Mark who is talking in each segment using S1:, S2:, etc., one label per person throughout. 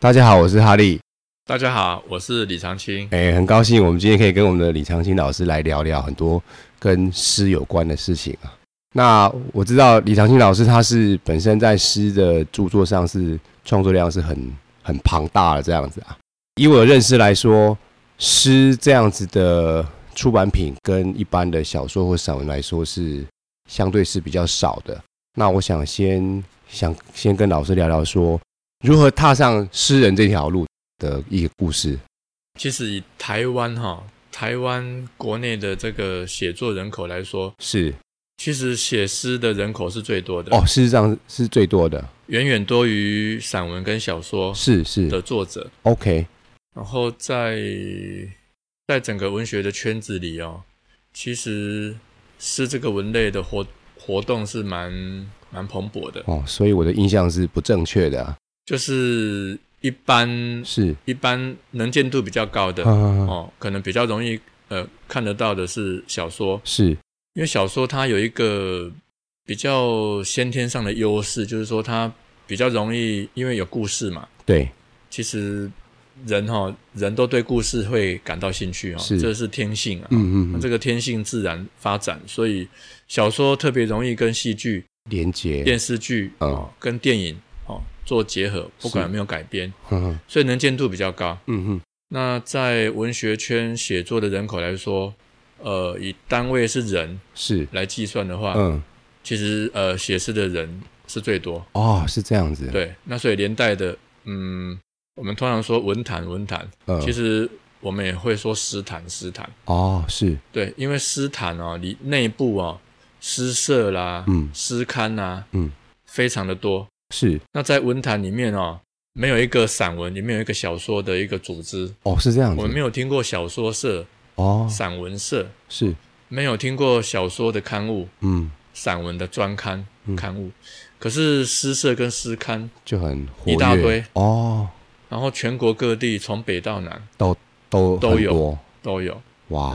S1: 大家好，我是哈利。
S2: 大家好，我是李长青。
S1: 哎、很高兴我们今天可以跟我们的李长青老师来聊聊很多跟诗有关的事情啊。那我知道李长青老师他是本身在诗的著作上是创作量是很很庞大的这样子啊。以我的认识来说，诗这样子的出版品跟一般的小说或散文来说是相对是比较少的。那我想先想先跟老师聊聊说，如何踏上诗人这条路的一个故事。
S2: 其实以台湾哈，台湾国内的这个写作人口来说，
S1: 是
S2: 其实写诗的人口是最多的，
S1: 哦，事实上是最多的，
S2: 远远多于散文跟小说
S1: 是是
S2: 的作者。
S1: ，OK，
S2: 然后在在整个文学的圈子里哦，其实诗这个文类的活活动是蛮蛮蓬勃的，
S1: 哦，所以我的印象是不正确的啊，
S2: 就是一般
S1: 是，啊
S2: 一般能见度比较高的
S1: 哈哈哈
S2: 嗯哦，可能比较容易呃看得到的是小说。
S1: 是
S2: 因为小说它有一个比较先天上的优势，就是说它比较容易，因为有故事嘛。
S1: 对，
S2: 其实人哈、人都对故事会感到兴趣哦，
S1: 是
S2: 这是天性啊。
S1: 嗯嗯
S2: 那
S1: 嗯，
S2: 这个天性自然发展，所以小说特别容易跟戏剧、
S1: 连接，
S2: 电视剧
S1: 嗯
S2: 哦、跟电影哦做结合，不管有没有改编，
S1: 哼哼
S2: 所以能见度比较高。
S1: 嗯嗯，
S2: 那在文学圈写作的人口来说，呃，以单位是人
S1: 是，
S2: 来计算的话，
S1: 嗯，
S2: 其实呃，写诗的人是最多，
S1: 哦，是这样子，，
S2: 对，那所以连带的，嗯，我们通常说文坛文坛，
S1: 嗯，
S2: 其实我们也会说诗坛诗坛，
S1: 哦，是
S2: 对，因为诗坛哦，里内部哦，诗社啦，
S1: 嗯
S2: 诗刊啦，
S1: 嗯，
S2: 非常的多。
S1: 是，
S2: 那在文坛里面哦，没有一个散文，也没有一个小说的一个组织，
S1: 哦，是这样
S2: 我
S1: 子
S2: 们，没有听过小说社、
S1: 哦，
S2: 散文社，
S1: 是，
S2: 没有听过小说的刊物、
S1: 嗯，
S2: 散文的专刊
S1: 嗯
S2: 刊物，可是诗社跟诗刊。
S1: 就很活跃
S2: 一大堆，
S1: 哦，
S2: 然后全国各地从北到南
S1: 都
S2: 都
S1: 很
S2: 有
S1: 多，
S2: 都有，
S1: 哇，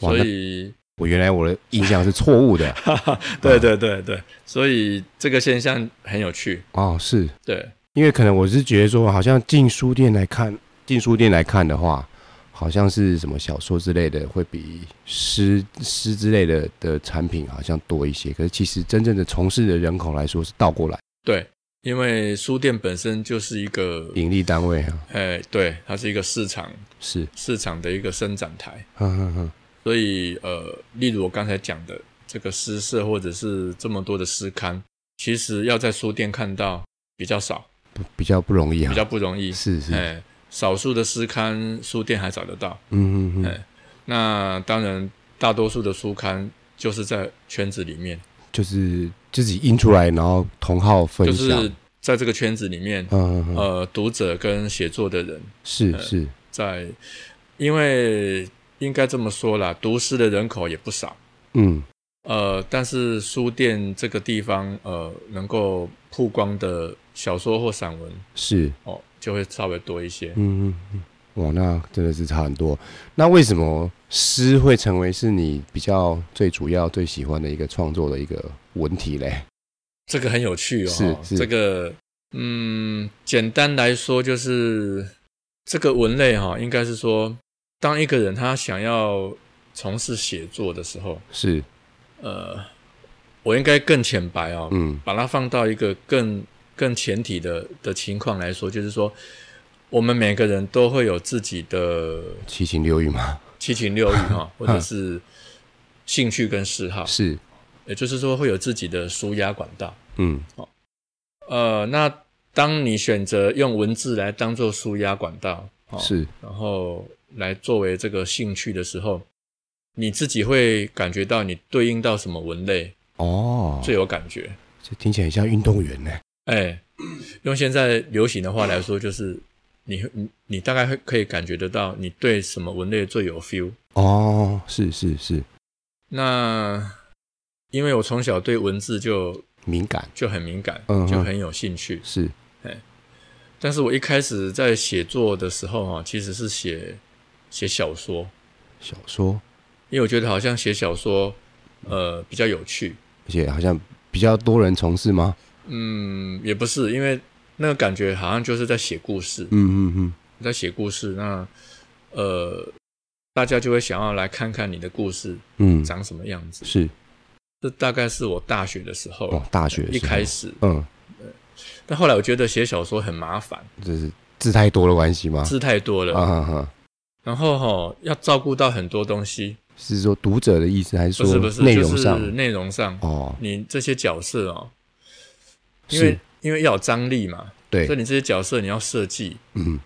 S1: 哇
S2: 所
S1: 那
S2: 以，
S1: 我原来我的印象是错误的，
S2: 哈哈，
S1: 啊
S2: 对对对对，所以这个现象很有趣，
S1: 哦，是，
S2: 对，
S1: 因为可能我是觉得说，好像进书店来看，进书店来看的话，好像是什么小说之类的，会比诗诗之类的的产品好像多一些。可是其实真正的从事的人口来说是倒过来，
S2: 因为书店本身就是一个，
S1: 盈利单位啊，
S2: 哎，对，它是一个市场
S1: 是，
S2: 市场的一个伸展台，
S1: 哼哼
S2: 嗯
S1: 哼，
S2: 所以呃，例如我刚才讲的这个诗社或者是这么多的诗刊，其实要在书店看到比较少，
S1: 不比较不容易啊，
S2: 比较不容易，
S1: 是是，
S2: 哎，少数的诗刊书店还找得到。
S1: 嗯嗯嗯，
S2: 哎那当然，大多数的书刊就是在圈子里面，
S1: 就是自己印出来，然后同号分
S2: 就
S1: 享，
S2: 是在这个圈子里面，
S1: 嗯嗯嗯，
S2: 呃，读者跟写作的人
S1: 是
S2: 呃
S1: 是，
S2: 在，因为应该这么说啦，读诗的人口也不少，
S1: 嗯，
S2: 呃，但是书店这个地方，呃，能够曝光的小说或散文
S1: 是。
S2: 哦，就会稍微多一些。
S1: 嗯，嗯嗯，哇，那真的是差很多。那为什么诗会成为是你比较最主要、最喜欢的一个创作的一个文体嘞？
S2: 这个很有趣哦，
S1: 是
S2: 哦
S1: 是
S2: 这个，嗯，简单来说就是这个文类哈、应该是说，当一个人他想要从事写作的时候，
S1: 是，
S2: 呃，我应该更浅白哦，
S1: 嗯，
S2: 把它放到一个更更前提的的情况来说，就是说，我们每个人都会有自己的
S1: 七情六欲嘛，
S2: 七情六欲哈、或者是兴趣跟嗜好，
S1: 嗯是，
S2: 也就是说会有自己的舒压管道。
S1: 嗯，
S2: 呃，那当你选择用文字来当做舒压管道，哦，
S1: 是，
S2: 然后来作为这个兴趣的时候，你自己会感觉到你对应到什么文类
S1: 哦，
S2: 最有感觉。
S1: 这听起来很像运动员呢。
S2: 哎，用现在流行的话来说，就是你你你大概会可以感觉得到你对什么文类最有 feel。
S1: 哦，是是是，
S2: 那因为我从小对文字就
S1: 敏感，
S2: 就很敏感
S1: 嗯，哼
S2: 就很有兴趣，
S1: 是，
S2: 但是我一开始在写作的时候啊，其实是写写小说，
S1: 小说，
S2: 因为我觉得好像写小说，呃，比较有趣。
S1: 而且好像比较多人从事吗？
S2: 嗯，也不是，因为那个感觉好像就是在写故事，
S1: 嗯嗯嗯，
S2: 在写故事。那呃，大家就会想要来看看你的故事
S1: 嗯，
S2: 长什么样子。
S1: 是
S2: 这大概是我大学的时候，
S1: 哦，大学的
S2: 一
S1: 时候
S2: 开，始。
S1: 嗯，
S2: 但后来我觉得写小说很麻烦，
S1: 就是字太多的关系吗？
S2: 字太多了，
S1: 啊哈哈，
S2: 然后哈、要照顾到很多东西，
S1: 是说读者的意思，还
S2: 不是
S1: 说
S2: 不是，
S1: 内
S2: 就
S1: 容
S2: 是
S1: 上？
S2: 内容上，
S1: 哦，
S2: 你这些角色哦，因为
S1: 是，
S2: 因为要有张力嘛，
S1: 对
S2: 所，以你这些角色你要设计，
S1: 嗯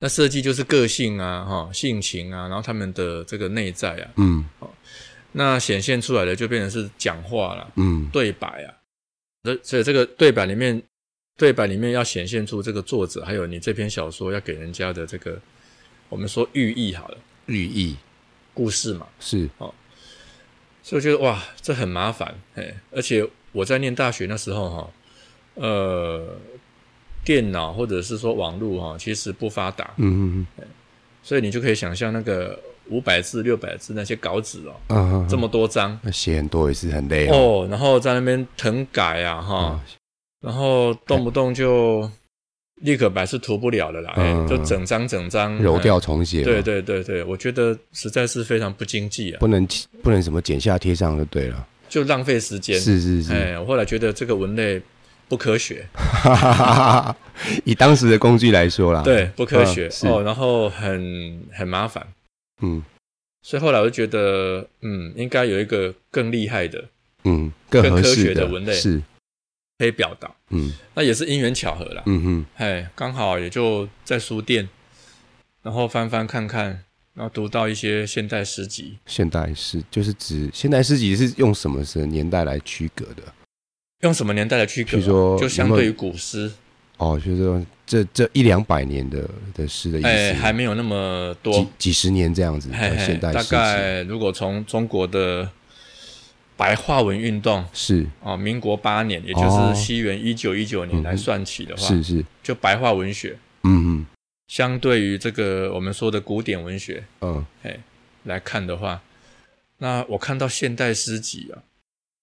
S2: 那设计就是个性啊，哈、性情啊，然后他们的这个内在啊，
S1: 嗯
S2: 那显现出来的就变成是讲话啦、
S1: 嗯，
S2: 对白啊，那所以这个对白里面，对白里面要显现出这个作者，还有你这篇小说要给人家的这个，我们说寓意好了，
S1: 寓意
S2: 故事嘛，
S1: 是，
S2: 所以我觉得哇，这很麻烦，哎，而且我在念大学那时候哈，呃，电脑或者是说网络哈，其实不发达，
S1: 嗯嗯
S2: 所以你就可以想象那个五百字、六百字那些稿纸哦，
S1: 嗯，啊哈哈
S2: 这么多张
S1: 那写很多也是很累哦。
S2: 哦，然后在那边誊改啊哈，
S1: 啊，
S2: 然后动不动就立刻白是涂不了的啦，哎、
S1: 嗯
S2: 就整张整张
S1: 揉。
S2: 哎
S1: 掉嗯重写嘛，
S2: 对对对对，我觉得实在是非常不经济啊，
S1: 不能不能什么剪下贴上就对了。
S2: 就浪费时间。
S1: 是是是，
S2: 哎，我后来觉得这个文类不科学，
S1: 以当时的工具来说啦，，
S2: 对，不科学、
S1: 嗯是
S2: 哦，然后很很麻烦，
S1: 嗯
S2: 所以后来我就觉得，嗯，应该有一个更厉害的
S1: 嗯，更
S2: 更
S1: 合
S2: 科学
S1: 适
S2: 的文类
S1: 是，
S2: 可以表达，
S1: 嗯
S2: 那也是因缘巧合啦。
S1: 嗯嗯，
S2: 哎，刚好也就在书店，然后翻翻看看，然后读到一些现代诗集，
S1: 现代诗就是指现代诗集是用什么时年代来区隔的？
S2: 用什么年代来区隔啊、
S1: 譬如说
S2: 就相对于古诗，
S1: 哦，就是说这这一两百年的的诗的意
S2: 哎，还
S1: 思，
S2: 没有那么多
S1: 几，几十年这样子
S2: 嘿
S1: 的
S2: 嘿
S1: 呃现代
S2: 大
S1: 诗集
S2: 概如果从中国的白话文运动
S1: 是
S2: 哦，民国八年，也就
S1: 哦嗯
S2: 是西元一九一九年来算起的话，
S1: 是是，
S2: 就白话文学
S1: 嗯
S2: 相对于这个我们说的古典文学
S1: 嗯嗯，
S2: 来看的话，那我看到现代诗集啊，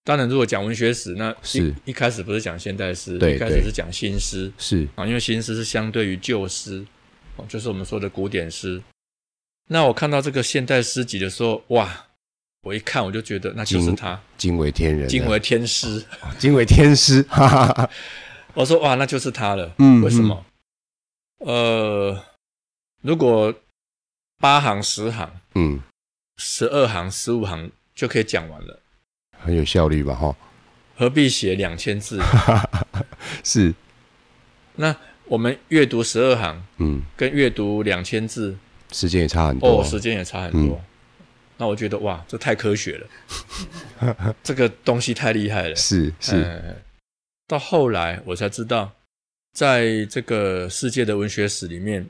S2: 当然如果讲文学史，那一
S1: 是
S2: 一开始不是讲现代诗，
S1: 对
S2: 一开始
S1: 对
S2: 是讲新诗
S1: 是
S2: 啊，因为新诗是相对于旧诗，哦，就是我们说的古典诗。那我看到这个现代诗集的时候，哇！我一看我就觉得那就是
S1: 惊
S2: 他，
S1: 惊为天人啊，
S2: 惊为天师。
S1: 惊为天师，哈哈哈，
S2: 我说哇，那就是他了。
S1: 嗯
S2: 为什么？呃，如果八行、十行、
S1: 嗯，
S2: 十二行、十五行就可以讲完了，
S1: 很有效率吧？哈，
S2: 何必写两千字？
S1: 是，
S2: 那我们阅读十二行
S1: 嗯，
S2: 跟阅读两千字，
S1: 时间也差很多
S2: 哦，时间也差很多。那我觉得哇，这太科学了，这个东西太厉害了。
S1: 是是，
S2: 呃到后来我才知道，在这个世界的文学史里面，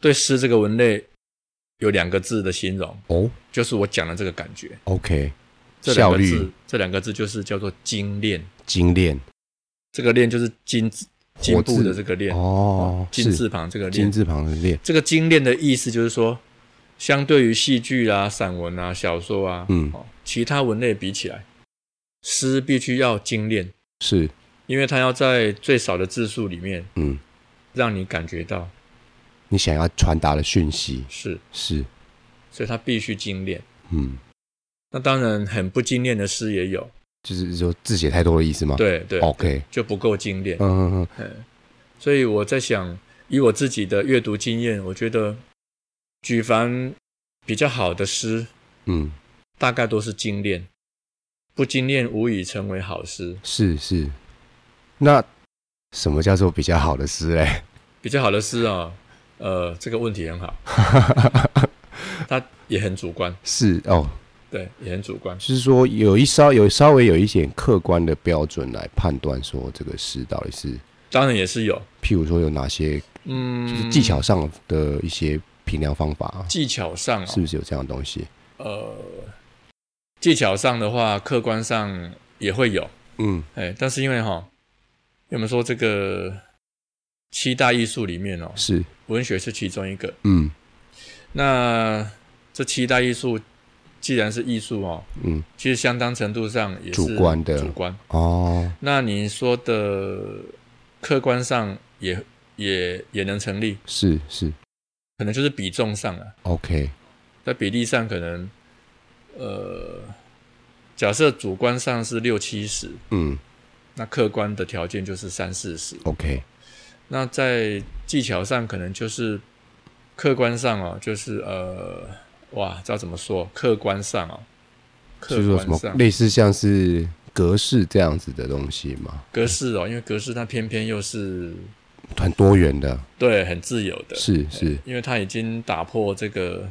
S2: 对诗这个文类有两个字的形容，
S1: 哦
S2: 就是我讲的这个感觉。
S1: ，OK，
S2: 这两
S1: 效
S2: 个
S1: 率
S2: 字，这两个字就是叫做精炼。
S1: 精炼，
S2: 这个炼就是金金
S1: 火
S2: 部
S1: 字
S2: 的这个炼，
S1: 哦，
S2: 金
S1: 是
S2: 字旁这个
S1: 金
S2: 炼。
S1: 字旁的炼，
S2: 这个精炼的意思就是说，相对于戏剧啊、散文啊、小说啊，
S1: 嗯
S2: 哦，其他文类比起来，诗必须要精炼，
S1: 是，
S2: 因为它要在最少的字数里面
S1: 嗯，
S2: 让你感觉到
S1: 你想要传达的讯息
S2: 是，
S1: 是，
S2: 所以它必须精炼。
S1: 嗯，
S2: 那当然，很不精炼的诗也有，
S1: 哦就是说字写太多的意思吗？
S2: 对对，
S1: ，OK，
S2: 就不够精炼。
S1: 哦嗯嗯嗯，
S2: 所以我在想，以我自己的阅读经验，我觉得举凡比较好的诗，
S1: 嗯，
S2: 大概都是精炼，不精炼无以成为好诗。
S1: 是是，那什么叫做比较好的诗嘞？
S2: 比较好的诗啊、呃，这个问题很好，它也很主观，
S1: 是哦，
S2: 对，也很主观。
S1: 就是说有一稍有稍微有一点客观的标准来判断说这个诗到底是，
S2: 当然也是有，
S1: 譬如说有哪些就是
S2: 嗯，
S1: 技巧上的一些评量方法，啊
S2: 技巧上、
S1: 是
S2: 哦，
S1: 不是有这样的东西？
S2: 呃，技巧上的话，客观上也会有，
S1: 嗯，
S2: 哎，但是因为哈、因为我们说这个七大艺术里面哦，
S1: 是，
S2: 文学是其中一个。
S1: 嗯
S2: 那这七大艺术既然是艺术哦，
S1: 嗯，
S2: 其实相当程度上也是
S1: 主观的
S2: 主观。
S1: 哦，
S2: 那你说的客观上也也也能成立，
S1: 是是
S2: 可能就是比重上啊，
S1: ，OK，
S2: 在比例上可能，呃，假设主观上是六七十，
S1: 嗯
S2: 那客观的条件就是三四十。
S1: ，OK，
S2: 那在技巧上可能就是客观上哦，就是呃，哇，知道怎么说？客观上哦，
S1: 是
S2: 客
S1: 说什
S2: 观
S1: 么
S2: 上
S1: 类似像是格式这样子的东西嘛，
S2: 格式哦，因为格式它偏偏又是
S1: 很多元的，
S2: 对很自由的，
S1: 是是，
S2: 因为它已经打破这个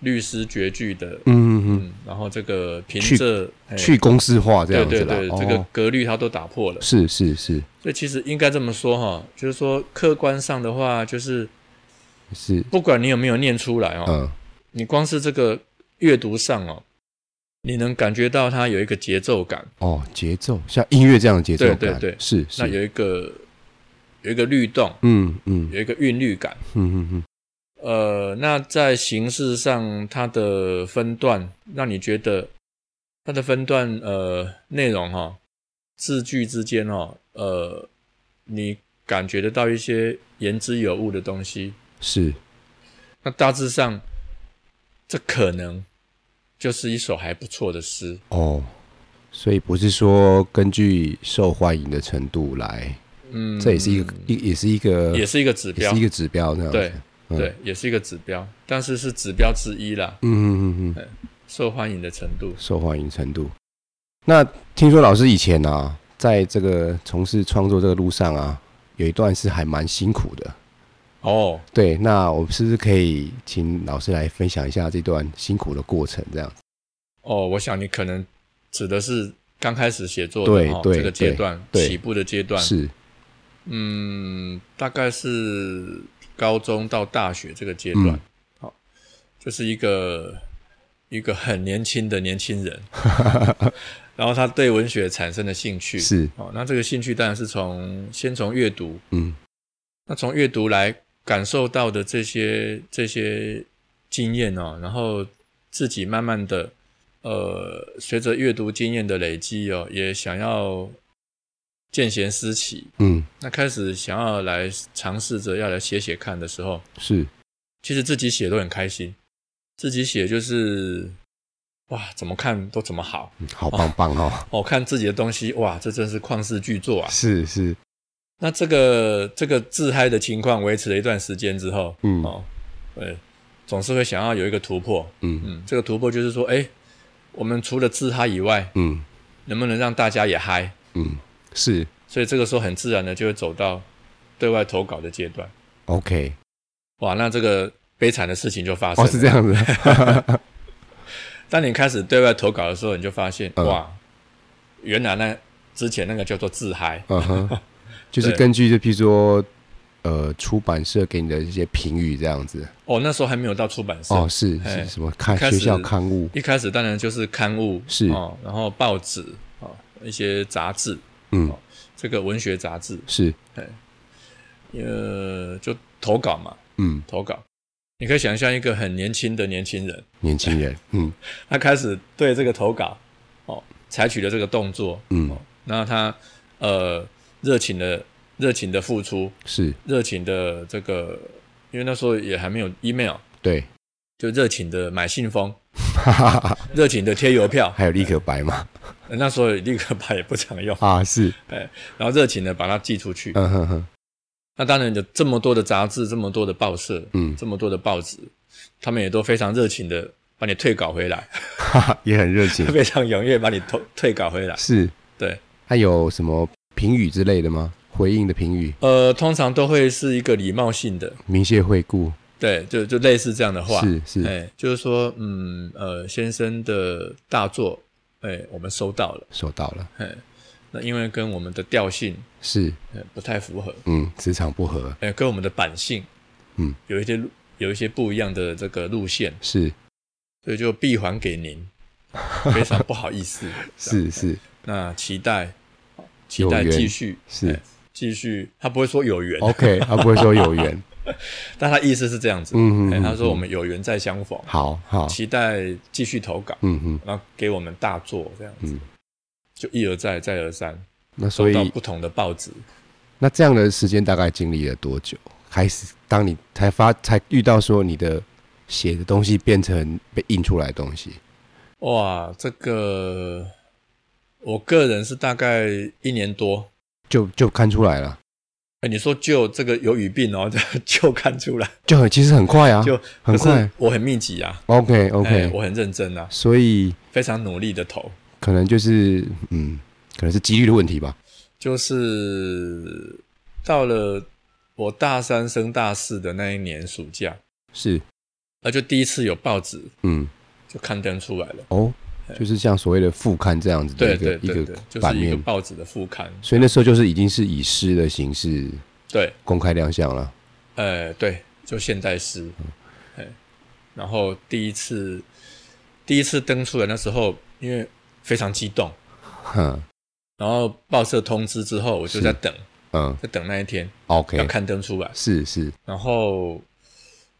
S2: 律师绝句的，
S1: 嗯嗯
S2: 嗯，然后这个平
S1: 去
S2: 仄
S1: 嗯，
S2: 哎
S1: 去公式化这
S2: 对
S1: 样子
S2: 对
S1: 啦
S2: 对，，
S1: 哦
S2: 这个格律它都打破了，
S1: 是是是
S2: 所以其实应该这么说哈，就是说客观上的话，就是
S1: 是，
S2: 不管你有没有念出来哦，
S1: 嗯，
S2: 你光是这个阅读上哦，你能感觉到它有一个节奏感，
S1: 哦，节奏像音乐这样的节奏
S2: 对
S1: 感，
S2: 对对
S1: 是
S2: 那
S1: 是，
S2: 有一个有一个律动，
S1: 嗯嗯
S2: 有一个韵律感。
S1: 嗯嗯嗯，
S2: 呃，那在形式上，它的分段让你觉得它的分段呃内容哈、哦，字句之间哦，呃，你感觉得到一些言之有物的东西。
S1: 是
S2: 那大致上，这可能就是一首还不错的诗。
S1: 哦，所以不是说根据受欢迎的程度来，
S2: 嗯，
S1: 这也是一个一也是一个
S2: 也是一个指
S1: 也
S2: 标
S1: 是一，个指标这样子，
S2: 对
S1: 嗯
S2: 对，也是一个指标，但是是指标之一啦，
S1: 嗯嗯嗯
S2: 哎
S1: 嗯，
S2: 受欢迎的程度。
S1: 受欢迎程度。那听说老师以前啊，在这个从事创作这个路上啊，有一段是还蛮辛苦的。
S2: 哦，
S1: 对，那我们是不是可以请老师来分享一下这段辛苦的过程？这样子，
S2: 哦，我想你可能指的是刚开始写作
S1: 对
S2: 的、哦、
S1: 对
S2: 这个阶段，
S1: 对对
S2: 起步的阶段，
S1: 是
S2: 嗯，大概是高中到大学这个阶段，好、
S1: 嗯
S2: 就是一个一个很年轻的年轻 人，然后他对文学产生了兴趣，
S1: 是，
S2: 哦，那这个兴趣当然是从先从阅读，
S1: 嗯
S2: 那从阅读来感受到的这些这些经验哦，然后自己慢慢的，呃，随着阅读经验的累积哦，也想要见贤思齐，
S1: 嗯，
S2: 那开始想要来尝试着要来写写看的时候，
S1: 是
S2: 其实自己写都很开心，自己写就是哇，怎么看都怎么好，
S1: 嗯好棒棒 哦，
S2: 我、看自己的东西哇，这真是旷世巨作啊！
S1: 是是，
S2: 那这个这个自嗨的情况维持了一段时间之后，
S1: 嗯
S2: 哦，对，总是会想要有一个突破，
S1: 嗯
S2: 嗯，这个突破就是说，哎，我们除了自嗨以外，
S1: 嗯
S2: 能不能让大家也嗨？
S1: 嗯，是
S2: 所以这个时候很自然的就会走到对外投稿的阶段，
S1: OK，
S2: 哇，那这个悲惨的事情就发生
S1: 哦
S2: 了。
S1: 是这样 子，
S2: 当你开始对外投稿的时候，你就发现，
S1: 嗯
S2: 哇，原来那之前那个叫做自嗨，
S1: 嗯哼，就是
S2: 对
S1: 根据就譬如说，呃，出版社给你的一些评语这样子，
S2: 哦，那时候还没有到出版社，
S1: 哦是是
S2: 哎
S1: 什么看
S2: 开
S1: 学
S2: 始
S1: 校刊物，
S2: 一开始当然就是刊物
S1: 是
S2: 哦，然后报纸哦，一些杂志，
S1: 嗯
S2: 哦这个文学杂志，
S1: 是
S2: 呃，就投稿嘛，
S1: 嗯
S2: 投稿。你可以想象一个很年轻的年轻人，
S1: 年轻人，嗯
S2: 他开始对这个投稿哦，采取了这个动作，
S1: 嗯
S2: 哦，那他呃热情的热情的付出，
S1: 是
S2: 热情的这个，因为那时候也还没有 email，
S1: 对，
S2: 就热情的买信封，
S1: 哈哈哈哈
S2: 热情的贴邮票，
S1: 还有立可白嘛，
S2: 呃那时候立刻牌也不常用，
S1: 啊是，
S2: 然后热情的把它寄出去。
S1: 嗯哼哼，
S2: 那当然有这么多的杂志，这么多的报社，
S1: 嗯
S2: 这么多的报纸，他们也都非常热情的把你退稿回来，，
S1: 哈哈， 也很热情
S2: 非常踊跃把你退退稿回 来。
S1: 是，
S2: 对，
S1: 他有什么评语之类的吗？回应的评语，
S2: 呃，通常都会是一个礼貌性的，
S1: 明谢惠顾，
S2: 对，就就类似这样的话，
S1: 是是，
S2: 哎，就是说，嗯，呃，先生的大作，哎，我们收到了。
S1: 收到了，
S2: 那因为跟我们的调性
S1: 是，
S2: 呃不太符合，
S1: 嗯，磁场不合，
S2: 呃，跟我们的bản性，
S1: 嗯，
S2: 有一些路有一些不一样的这个路线，
S1: 是
S2: 所以就闭环 给您，非常不好意思。这
S1: 是
S2: 样，
S1: 是
S2: 那期待期
S1: 有
S2: 待
S1: 缘
S2: 继续
S1: 是
S2: 哎继续，他不会说有缘，
S1: ，OK，他不会说有缘，
S2: 但他意思是这样子。
S1: 嗯嗯
S2: 哎
S1: 嗯
S2: 他说
S1: 嗯
S2: 我们有缘再相逢，
S1: 好好，
S2: 期待继续投稿，
S1: 嗯哼，
S2: 然后给我们大作这样子
S1: 嗯，
S2: 就一而再再而三，
S1: 那所
S2: 收到
S1: 以
S2: 不同的报纸，
S1: 那这样的时间大概经历了多久？开始当你才发才遇到说你的写的东西变成被印出来的东西，
S2: 哇，这个我个人是大概一年多。
S1: 就就看出来了，
S2: 哎，你说就这个有语病哦， 就看出来，
S1: 就很其实很快啊，
S2: 就
S1: 很
S2: 可
S1: 快
S2: 是。我很密集啊
S1: OK
S2: 哎
S1: OK，、
S2: 我很认真啊，
S1: 所以
S2: 非常努力的投，
S1: 可能就是嗯，可能是几率的问题吧。
S2: 就是到了我大三升大四的那一年暑假，
S1: 是，
S2: 那就第一次有报纸
S1: 嗯，
S2: 就刊登出来了。
S1: 哦，就是像所谓的副刊这样子的
S2: 对
S1: 一个
S2: 对对
S1: 一
S2: 对
S1: 个，
S2: 就是
S1: 版
S2: 一个
S1: 面，
S2: 报纸的副刊。
S1: 所以那时候就是已经是以诗的形式
S2: 对，
S1: 公开亮相了。
S2: 呃，对，就现代诗。哎，然后第一次第一次登出来那时候，因为非常激动，
S1: 哼，
S2: 然后报社通知之后，我就是在等，
S1: 嗯
S2: 在等那一天要
S1: ，OK，
S2: 刊登出来。
S1: 是是，
S2: 然后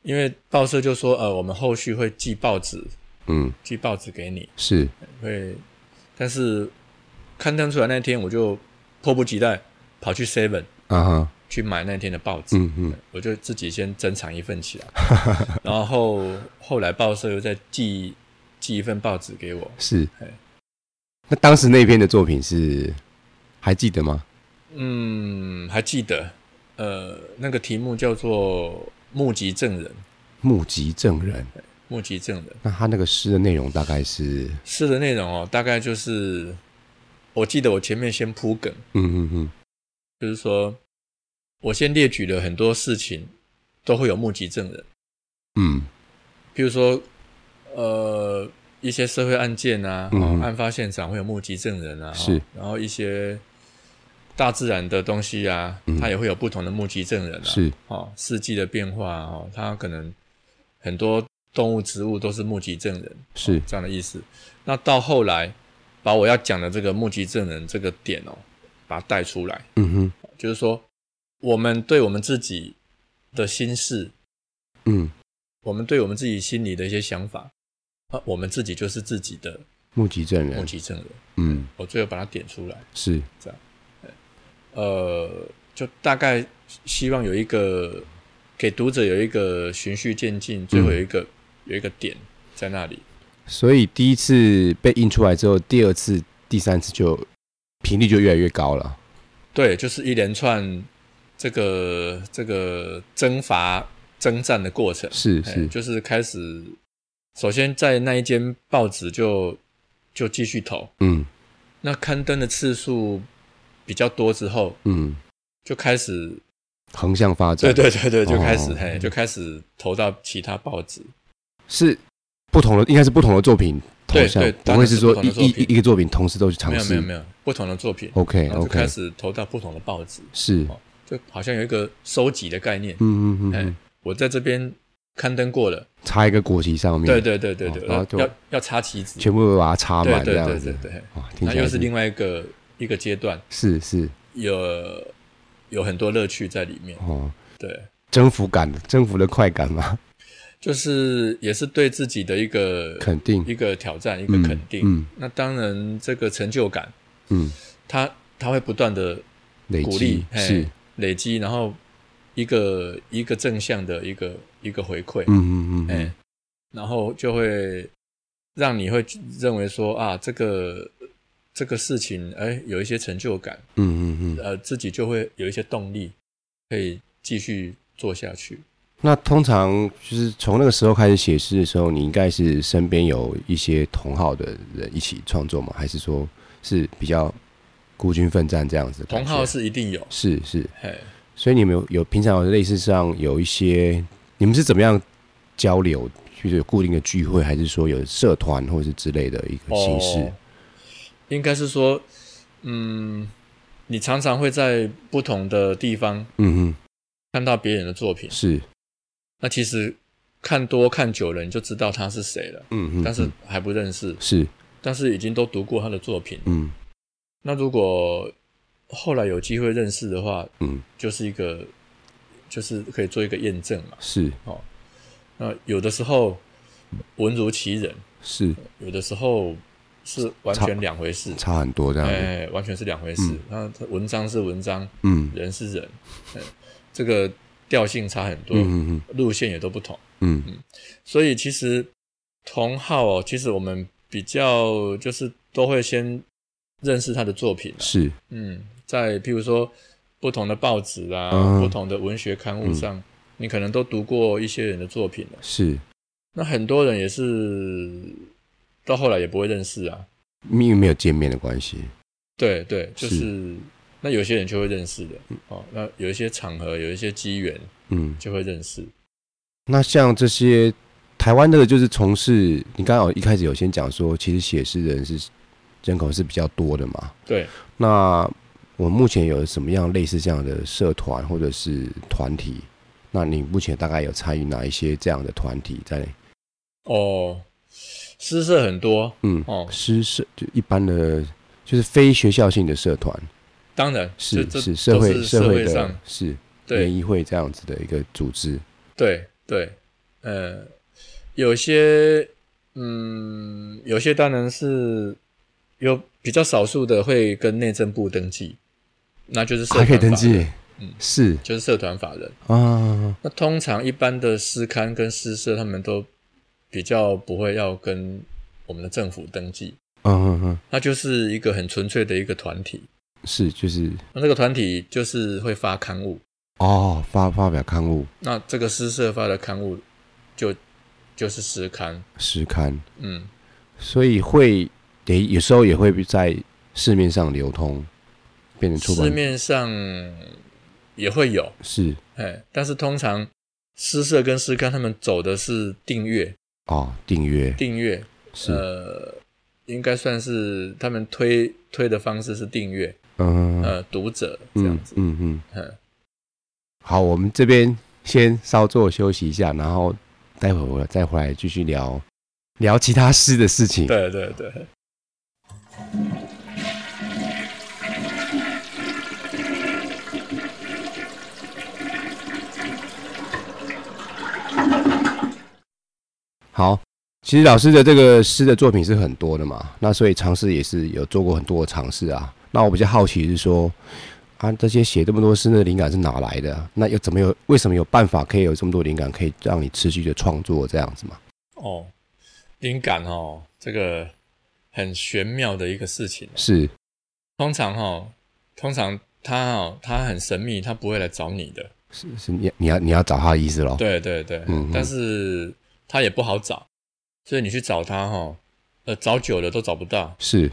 S2: 因为报社就说，呃，我们后续会寄报纸，
S1: 嗯
S2: 寄报纸给你，
S1: 是，
S2: 会，但是刊登出来那天，我就迫不及待跑去 Seven
S1: 啊哈，
S2: 去买那天的报纸，
S1: 嗯嗯，
S2: 我就自己先珍藏一份起来，然后后来报社又再寄寄一份报纸给我，
S1: 是
S2: 哎。
S1: 那当时那篇的作品是还记得吗？
S2: 嗯，还记得，呃，那个题目叫做目击证人，
S1: 目击证人。
S2: 目击证人
S1: 那他那个诗的内容大概是，
S2: 诗的内容哦，大概就是我记得我前面先铺梗，
S1: 嗯嗯嗯，
S2: 就是说我先列举了很多事情都会有目击证人。
S1: 嗯，
S2: 比如说，呃，一些社会案件啊，
S1: 嗯
S2: 哦案发现场会有目击证人啊，
S1: 是
S2: 哦然后一些大自然的东西啊，
S1: 嗯
S2: 它也会有不同的目击证人啊，
S1: 是，
S2: 哦，四季的变化啊哦，它可能很多动物、植物都是目击证人，哦
S1: 是
S2: 这样的意思。那到后来，把我要讲的这个目击证人这个点哦，把它带出来，
S1: 嗯
S2: 就是说，我们对我们自己的心事，
S1: 哼，嗯，
S2: 我们对我们自己心里的一些想法，啊，我们自己就是自己的
S1: 目击证
S2: 目
S1: 人，
S2: 击证人。
S1: 嗯，
S2: 我最后把它点出来，
S1: 是，
S2: 呃，就大概希望有一个给读者有一个循序渐进，最后有一个、有一个点在那里。
S1: 所以第一次被印出来之后，第二次、第三次就频率就越来越高了。
S2: 对，就是一连串这个这个征伐征战的过程，
S1: 是
S2: 哎
S1: 是，
S2: 就是开始，首先在那一间报纸就就继续投，
S1: 嗯
S2: 那刊登的次数比较多之后，
S1: 嗯，
S2: 就开始，
S1: 横向发展，
S2: 对对对对，就开始、
S1: 哦
S2: 嘿，就开始投到其他报纸。
S1: 是不同的，应该是不同的作品投
S2: 对
S1: 向
S2: 对，
S1: 不
S2: 当
S1: 会
S2: 然
S1: 是
S2: 是
S1: 说
S2: 不同
S1: 一
S2: 的
S1: 一
S2: 作品
S1: 一一个作品同时都去尝
S2: 没有
S1: 试，
S2: 没有没有，不同的作品
S1: OK
S2: 然后就开
S1: OK，
S2: 始投到不同的报纸，
S1: 是，
S2: 哦就好像有一个收集的概念。
S1: 嗯嗯嗯
S2: 哎
S1: 嗯，
S2: 我在这边刊登过了，
S1: 插一个国旗上面，
S2: 对，对对对
S1: 哦
S2: 对，
S1: 然后就
S2: 要要要插旗子，
S1: 全部都把它插
S2: 对
S1: 满这
S2: 对对
S1: 样
S2: 对
S1: 子，
S2: 对，
S1: 哇，听
S2: 那
S1: 起来
S2: 又是另外一个一个阶段，
S1: 是是
S2: 有有很多乐趣在里面。
S1: 哦，
S2: 对，
S1: 征服感，征服的快感嘛，
S2: 就是也是对自己的一个
S1: 肯定，
S2: 一个挑战，一个
S1: 嗯
S2: 肯定。
S1: 嗯
S2: 那当然，这个成就感，
S1: 嗯，
S2: 它它会不断的
S1: 累
S2: 鼓
S1: 积
S2: 励，哎
S1: 是
S2: 嘿，累积，然后一个一个正向的一个一个回馈，
S1: 嗯嗯嗯
S2: 哎
S1: 嗯，
S2: 然后就会让你会认为说啊，这个这个事情，哎，有一些成就感，
S1: 嗯嗯嗯。
S2: 呃，自己就会有一些动力，可以继续做下去。
S1: 那通常就是从那个时候开始写诗的时候，你应该是身边有一些同好的人一起创作吗？还是说是比较孤军奋战这样子的感
S2: 同
S1: 觉？
S2: 号是一哎定有，
S1: 是是，
S2: 嘿，
S1: 所以你们有有平常有类似上有一些，你们是怎么样交流？就是有固定的聚会，还是说有社团或者是之类的一个形式？
S2: 哦、应该是说，嗯，你常常会在不同的地方
S1: 嗯
S2: 看到别人的作品
S1: 哼，，是，
S2: 那其实看多看久了，你就知道他是谁了，
S1: 嗯哼，
S2: 但是
S1: 嗯
S2: 还不认识，
S1: 是，
S2: 但是已经都读过他的作品。
S1: 嗯
S2: 那如果后来有机会认识的话，
S1: 嗯
S2: 就是一个，就是可以做一个验证嘛。
S1: 是
S2: 那有的时候文如其人，
S1: 是，
S2: 有的时候是完全两回事，
S1: 差很多这嗯样子。
S2: 哎，完全是两回事。那它文章是文章，
S1: 嗯
S2: 人是人，哎这个调性差很多，
S1: 嗯嗯
S2: 路线也都不同。
S1: 嗯嗯
S2: 所以其实同好哦，其实我们比较就是都会先认识他的作品、啊，
S1: 是
S2: 嗯，在譬如说不同的报纸啊、
S1: 嗯
S2: 不同的文学刊物上，你可能都读过一些人的作品了、啊
S1: 是，
S2: 那很多人也是到后来也不会认识啊，
S1: 因为没有见面的关系，
S2: 对对，就是
S1: 是
S2: 那有些人就会认识的哦，那有一些场合，有一些机缘
S1: 嗯，
S2: 就会认识，
S1: 那像这些台湾的，就是从事你刚好一开始有先讲说，其实写诗人是人口是比较多的嘛，
S2: 对。
S1: 那我目前有什么样类似这样的社团或者是团体？那你目前大概有参与哪一些这样的团体在？
S2: 哦，诗社很多，
S1: 嗯，
S2: 哦
S1: 诗社就一般的，就是非学校性的社团，
S2: 当然
S1: 是
S2: 这
S1: 是
S2: 这
S1: 社
S2: 都
S1: 会
S2: 是
S1: 社
S2: 社
S1: 会的
S2: 上，
S1: 是
S2: 对
S1: 联谊会这样子的一个组织。
S2: 对对，呃，有些嗯，有些当然是有比较少数的会跟内政部登记，那就是社
S1: 还可以
S2: 团
S1: 登
S2: 法人
S1: 记，
S2: 嗯
S1: 是
S2: 就是社团法人。
S1: 啊，
S2: 那通常一般的诗刊跟诗社，他们都比较不会要跟我们的政府登记，
S1: 嗯嗯嗯，
S2: 那就是一个很纯粹的一个团体。
S1: 是就是
S2: 那这个团体就是会发刊物，
S1: 哦，发发表刊物、
S2: 那这个诗社发的刊物就就是诗刊，
S1: 诗刊，
S2: 嗯，
S1: 所以会得有时候也会在市面上流通，变成出
S2: 市
S1: 版
S2: 面上也会有，
S1: 是
S2: 哎，但是通常诗社跟诗刊他们走的是订阅，
S1: 哦，订阅
S2: 订阅，
S1: 是
S2: 呃，应该算是他们推推的方式是订阅，
S1: 嗯
S2: 呃，读者这样
S1: 嗯
S2: 子，
S1: 嗯嗯，
S2: 嗯，
S1: 好，我们这边先稍作休息一下，然后待会儿我再回来继续聊聊其他诗的事情。
S2: 对对对，
S1: 好，其实老师的这个诗的作品是很多的嘛，那所以尝试也是有做过很多的尝试啊。那我比较好奇是说，啊，这些写这么多诗的灵感是哪来的啊？那又怎么有为什么有办法可以有这么多灵感，可以让你持续的创作这样子嘛？
S2: 哦，灵感哦，这个很玄妙的一个事情。
S1: 是
S2: 通常哈、哦，通常他哦，他很神秘，他不会来找你的。
S1: 是是，你你要你要找他的意思喽？
S2: 对对对，
S1: 嗯嗯
S2: 但是他也不好找，所以你去找他哈、哦，呃，找久了都找不到，
S1: 是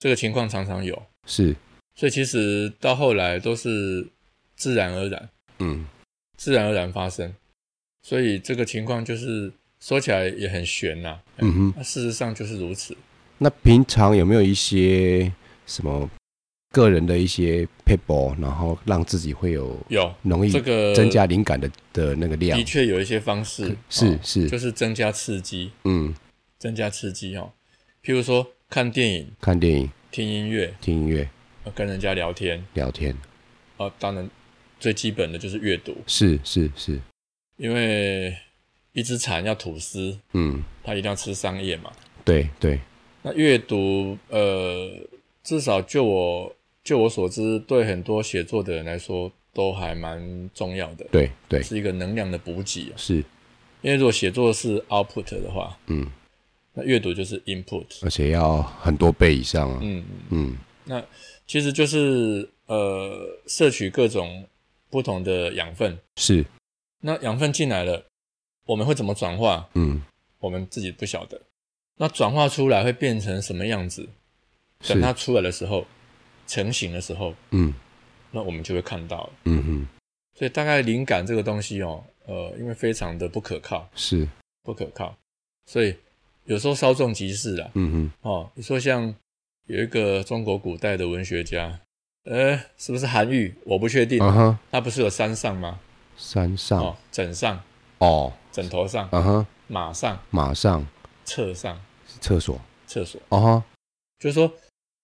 S2: 这个情况常常有。
S1: 是，
S2: 所以其实到后来都是自然而然、
S1: 嗯
S2: 自然而然发生。所以这个情况就是说起来也很悬呐、
S1: 嗯哼。
S2: 那事实上就是如此。
S1: 那平常有没有一些什么个人的一些 p a p e 然后让自己会有
S2: 有
S1: 容易
S2: 这个
S1: 增加灵感的的那个量
S2: 的？确有一些方式，
S1: 是
S2: 哦
S1: 是
S2: 就是增加刺激，
S1: 嗯，
S2: 增加刺激哦。譬如说看电影、
S1: 看电影、
S2: 听音乐、
S1: 听音乐、
S2: 呃跟人家聊天
S1: 聊天，
S2: 啊、当然最基本的就是阅读，
S1: 是是是，
S2: 因为一只蝉要吐丝，
S1: 嗯，
S2: 它一定要吃桑叶嘛。
S1: 对对，
S2: 那阅读，呃，至少就我就我所知，对很多写作的人来说，都还蛮重要的，
S1: 对对
S2: 是一个能量的补给啊。
S1: 是，
S2: 因为如果写作是 output 的话，
S1: 嗯，
S2: 那阅读就是 input。
S1: 而且要很多倍以上啊，
S2: 嗯，
S1: 嗯
S2: 其实就是呃，摄取各种不同的养分。
S1: 是，
S2: 那养分进来了，我们会怎么转化？
S1: 嗯
S2: 我们自己不晓得。那转化出来会变成什么样子？等
S1: 是，
S2: 它出来的时候，成型的时候，
S1: 嗯
S2: 那我们就会看到了。
S1: 嗯嗯
S2: 所以大概灵感这个东西哦，呃，因为非常的不可靠，
S1: 是，
S2: 不可靠，所以有时候稍纵即逝啊。
S1: 嗯哼
S2: 哦，你说像有一个中国古代的文学家，呃，是不是韩愈？我不确定。
S1: 啊哈，
S2: 他不是有山上吗？
S1: 山上
S2: 哦，枕上、
S1: 哦，
S2: 枕头上、
S1: 啊哈，
S2: 马上、
S1: 马上
S2: 厕上、
S1: 是厕所，
S2: 厕所，
S1: 啊哈，
S2: 就是说，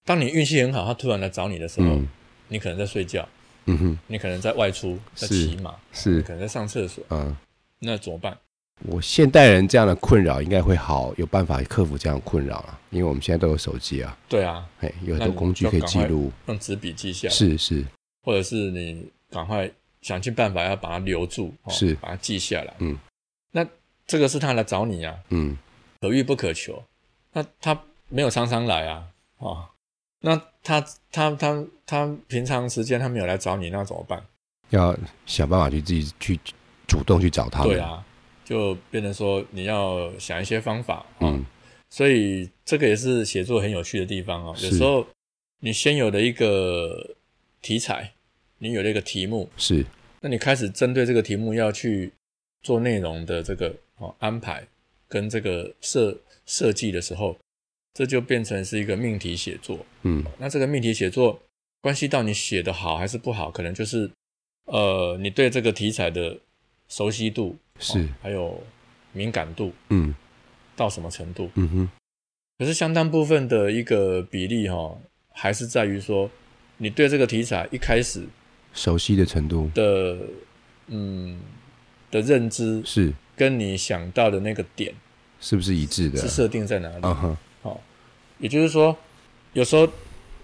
S2: 当你运气很好，他突然来找你的时候，
S1: 嗯
S2: 你可能在睡觉，
S1: 嗯哼
S2: 你可能在外出，在
S1: 是
S2: 骑马，你
S1: 是，
S2: 可能在上厕所，
S1: 嗯
S2: 那怎么办？
S1: 我现代人这样的困扰应该会好，有办法克服这样的困扰了，因为我们现在都有手机啊，
S2: 对啊，
S1: 嘿，有
S2: 那
S1: 很
S2: 你
S1: 多工具
S2: 就
S1: 可以
S2: 赶
S1: 记
S2: 快
S1: 录，
S2: 用纸笔记下来，
S1: 是是，
S2: 或者是你赶快想尽办法要把它留住，哦、
S1: 是
S2: 把它记下来。
S1: 嗯，
S2: 那这个是他来找你啊，
S1: 嗯，
S2: 可遇不可求。那他没有常常来啊，哦，那他他他他平常时间他没有来找你，那怎么办？
S1: 要想办法去自己去主动去找他们，
S2: 对，啊，就变成说你要想一些方法。哦、
S1: 嗯，
S2: 所以这个也是写作很有趣的地方哦。有
S1: 是
S2: 时候你先有了一个题材，你有了一个题目，
S1: 是
S2: 那你开始针对这个题目要去做内容的这个哦安排跟这个设设计的时候，这就变成是一个命题写作。
S1: 嗯
S2: 那这个命题写作关系到你写的好还是不好，可能就是呃你对这个题材的熟悉度哦
S1: 是，
S2: 还有敏感度
S1: 嗯
S2: 到什么程度。
S1: 嗯哼，
S2: 可是相当部分的一个比例哈、还是在于说你对这个题材一开始
S1: 熟悉的程度
S2: 的嗯的认知
S1: 是
S2: 跟你想到的那个点
S1: 是不是一致的
S2: 是？设定在哪里。
S1: 啊哈，
S2: 也就是说，有时候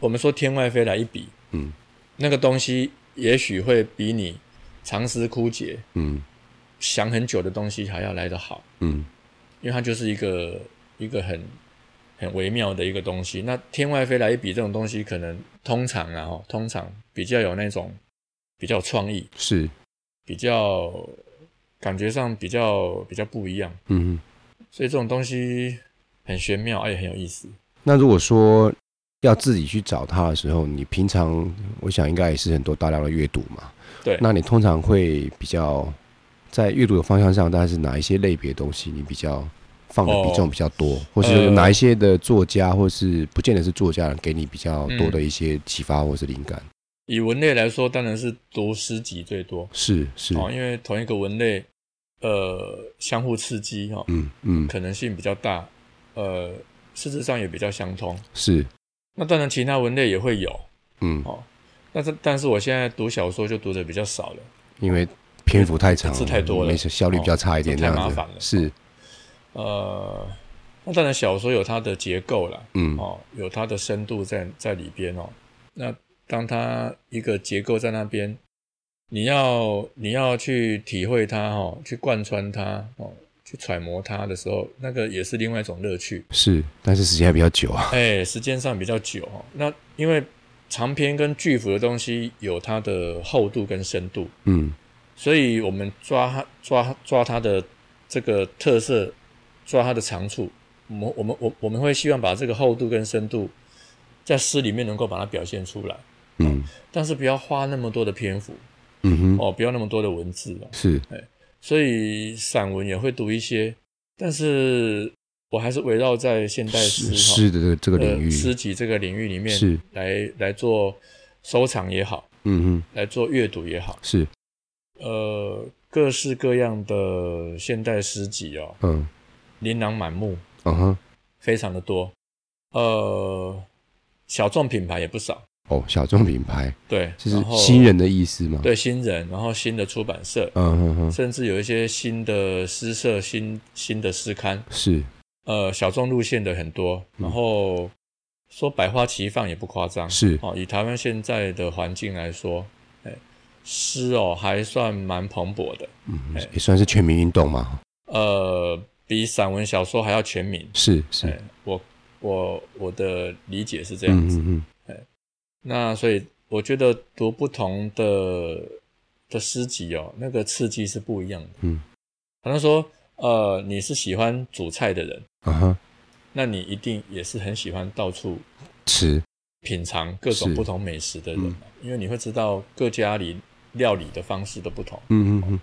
S2: 我们说天外飞来一笔，
S1: 嗯
S2: 那个东西也许会比你长思枯竭、
S1: 嗯
S2: 想很久的东西还要来得好，
S1: 嗯
S2: 因为它就是一个一个很很微妙的一个东西。那天外飞来一笔这种东西，可能通常啊，哦通常比较有那种比较有创意，
S1: 是，
S2: 比较感觉上比较比较不一样，
S1: 嗯哼。
S2: 所以这种东西很玄妙，哎而且很有意思。
S1: 那如果说要自己去找他的时候，你平常我想应该也是很多大量的阅读嘛。
S2: 对
S1: 那你通常会比较在阅读的方向上，大概是哪一些类别的东西你比较放的比重比较多，或是
S2: 呃
S1: 哪一些的作家，或是不见得是作家，给你比较多的一些启发或是灵感？
S2: 以文类来说，当然是读诗集最多
S1: 是是，
S2: 哦，因为同一个文类，呃，相互刺激哈、哦，
S1: 嗯嗯，
S2: 可能性比较大，呃，事实上也比较相通。
S1: 是
S2: 那当然，其他文类也会有，
S1: 嗯，
S2: 哦但是但是我现在读小说就读的比较少了，
S1: 因为篇幅太长，
S2: 字太多了
S1: 没事效率比较差一点，
S2: 哦
S1: 这样
S2: 这太
S1: 子
S2: 麻烦了
S1: 是
S2: 呃，那当然小说有它的结构啦，
S1: 嗯
S2: 哦，有它的深度在在里边哦。那当它一个结构在那边，你要你要去体会它哦，去贯穿它哦，去揣摩它的时候，那个也是另外一种乐趣。
S1: 是，但是时间还比较久啊，
S2: 哎，时间上比较久哦。那因为长篇跟巨幅的东西有它的厚度跟深度，
S1: 嗯
S2: 所以我们抓它抓抓它的这个特色，抓它的长处，我们我们我我们会希望把这个厚度跟深度在诗里面能够把它表现出来，
S1: 嗯
S2: 但是不要花那么多的篇幅
S1: 嗯哼，
S2: 哦，不要那么多的文字哦。
S1: 是
S2: 所以散文也会读一些，但是我还是围绕在现代
S1: 诗
S2: 诗哈
S1: 哦诗的这个这个领
S2: 呃
S1: 域
S2: 诗集这个领域里面
S1: 是，
S2: 来来做收藏也好，
S1: 嗯哼，
S2: 来做阅读也好，
S1: 是
S2: 呃，各式各样的现代诗集哦，
S1: 嗯
S2: 琳琅满目，
S1: 嗯哼，
S2: 非常的多。呃，小众品牌也不少，
S1: 哦，小众品牌
S2: 对，
S1: 这是
S2: 然后
S1: 新人的意思吗？，
S2: 对新人，然后新的出版社，
S1: 嗯哼哼，
S2: 甚至有一些新的诗社、新新的诗刊，
S1: 是
S2: 呃，小众路线的很多。
S1: 嗯
S2: 然后说百花齐放也不夸张，
S1: 是
S2: 哦。以台湾现在的环境来说，哎，诗哦还算蛮蓬勃的，
S1: 嗯
S2: 哎，
S1: 也算是全民运动嘛，
S2: 呃，比散文小说还要全民。
S1: 是是，
S2: 哎，啊我我我的理解是这样
S1: 嗯
S2: 子。
S1: 嗯嗯，
S2: 那所以我觉得读不同的的诗集哦，那个刺激是不一样的。
S1: 嗯，
S2: 好像说，呃，你是喜欢煮菜的人，
S1: 啊哈，
S2: 那你一定也是很喜欢到处
S1: 吃
S2: 品尝各种
S1: 是
S2: 不同美食的人
S1: 嗯
S2: 嘛，因为你会知道各家里料理的方式都不同，
S1: 嗯嗯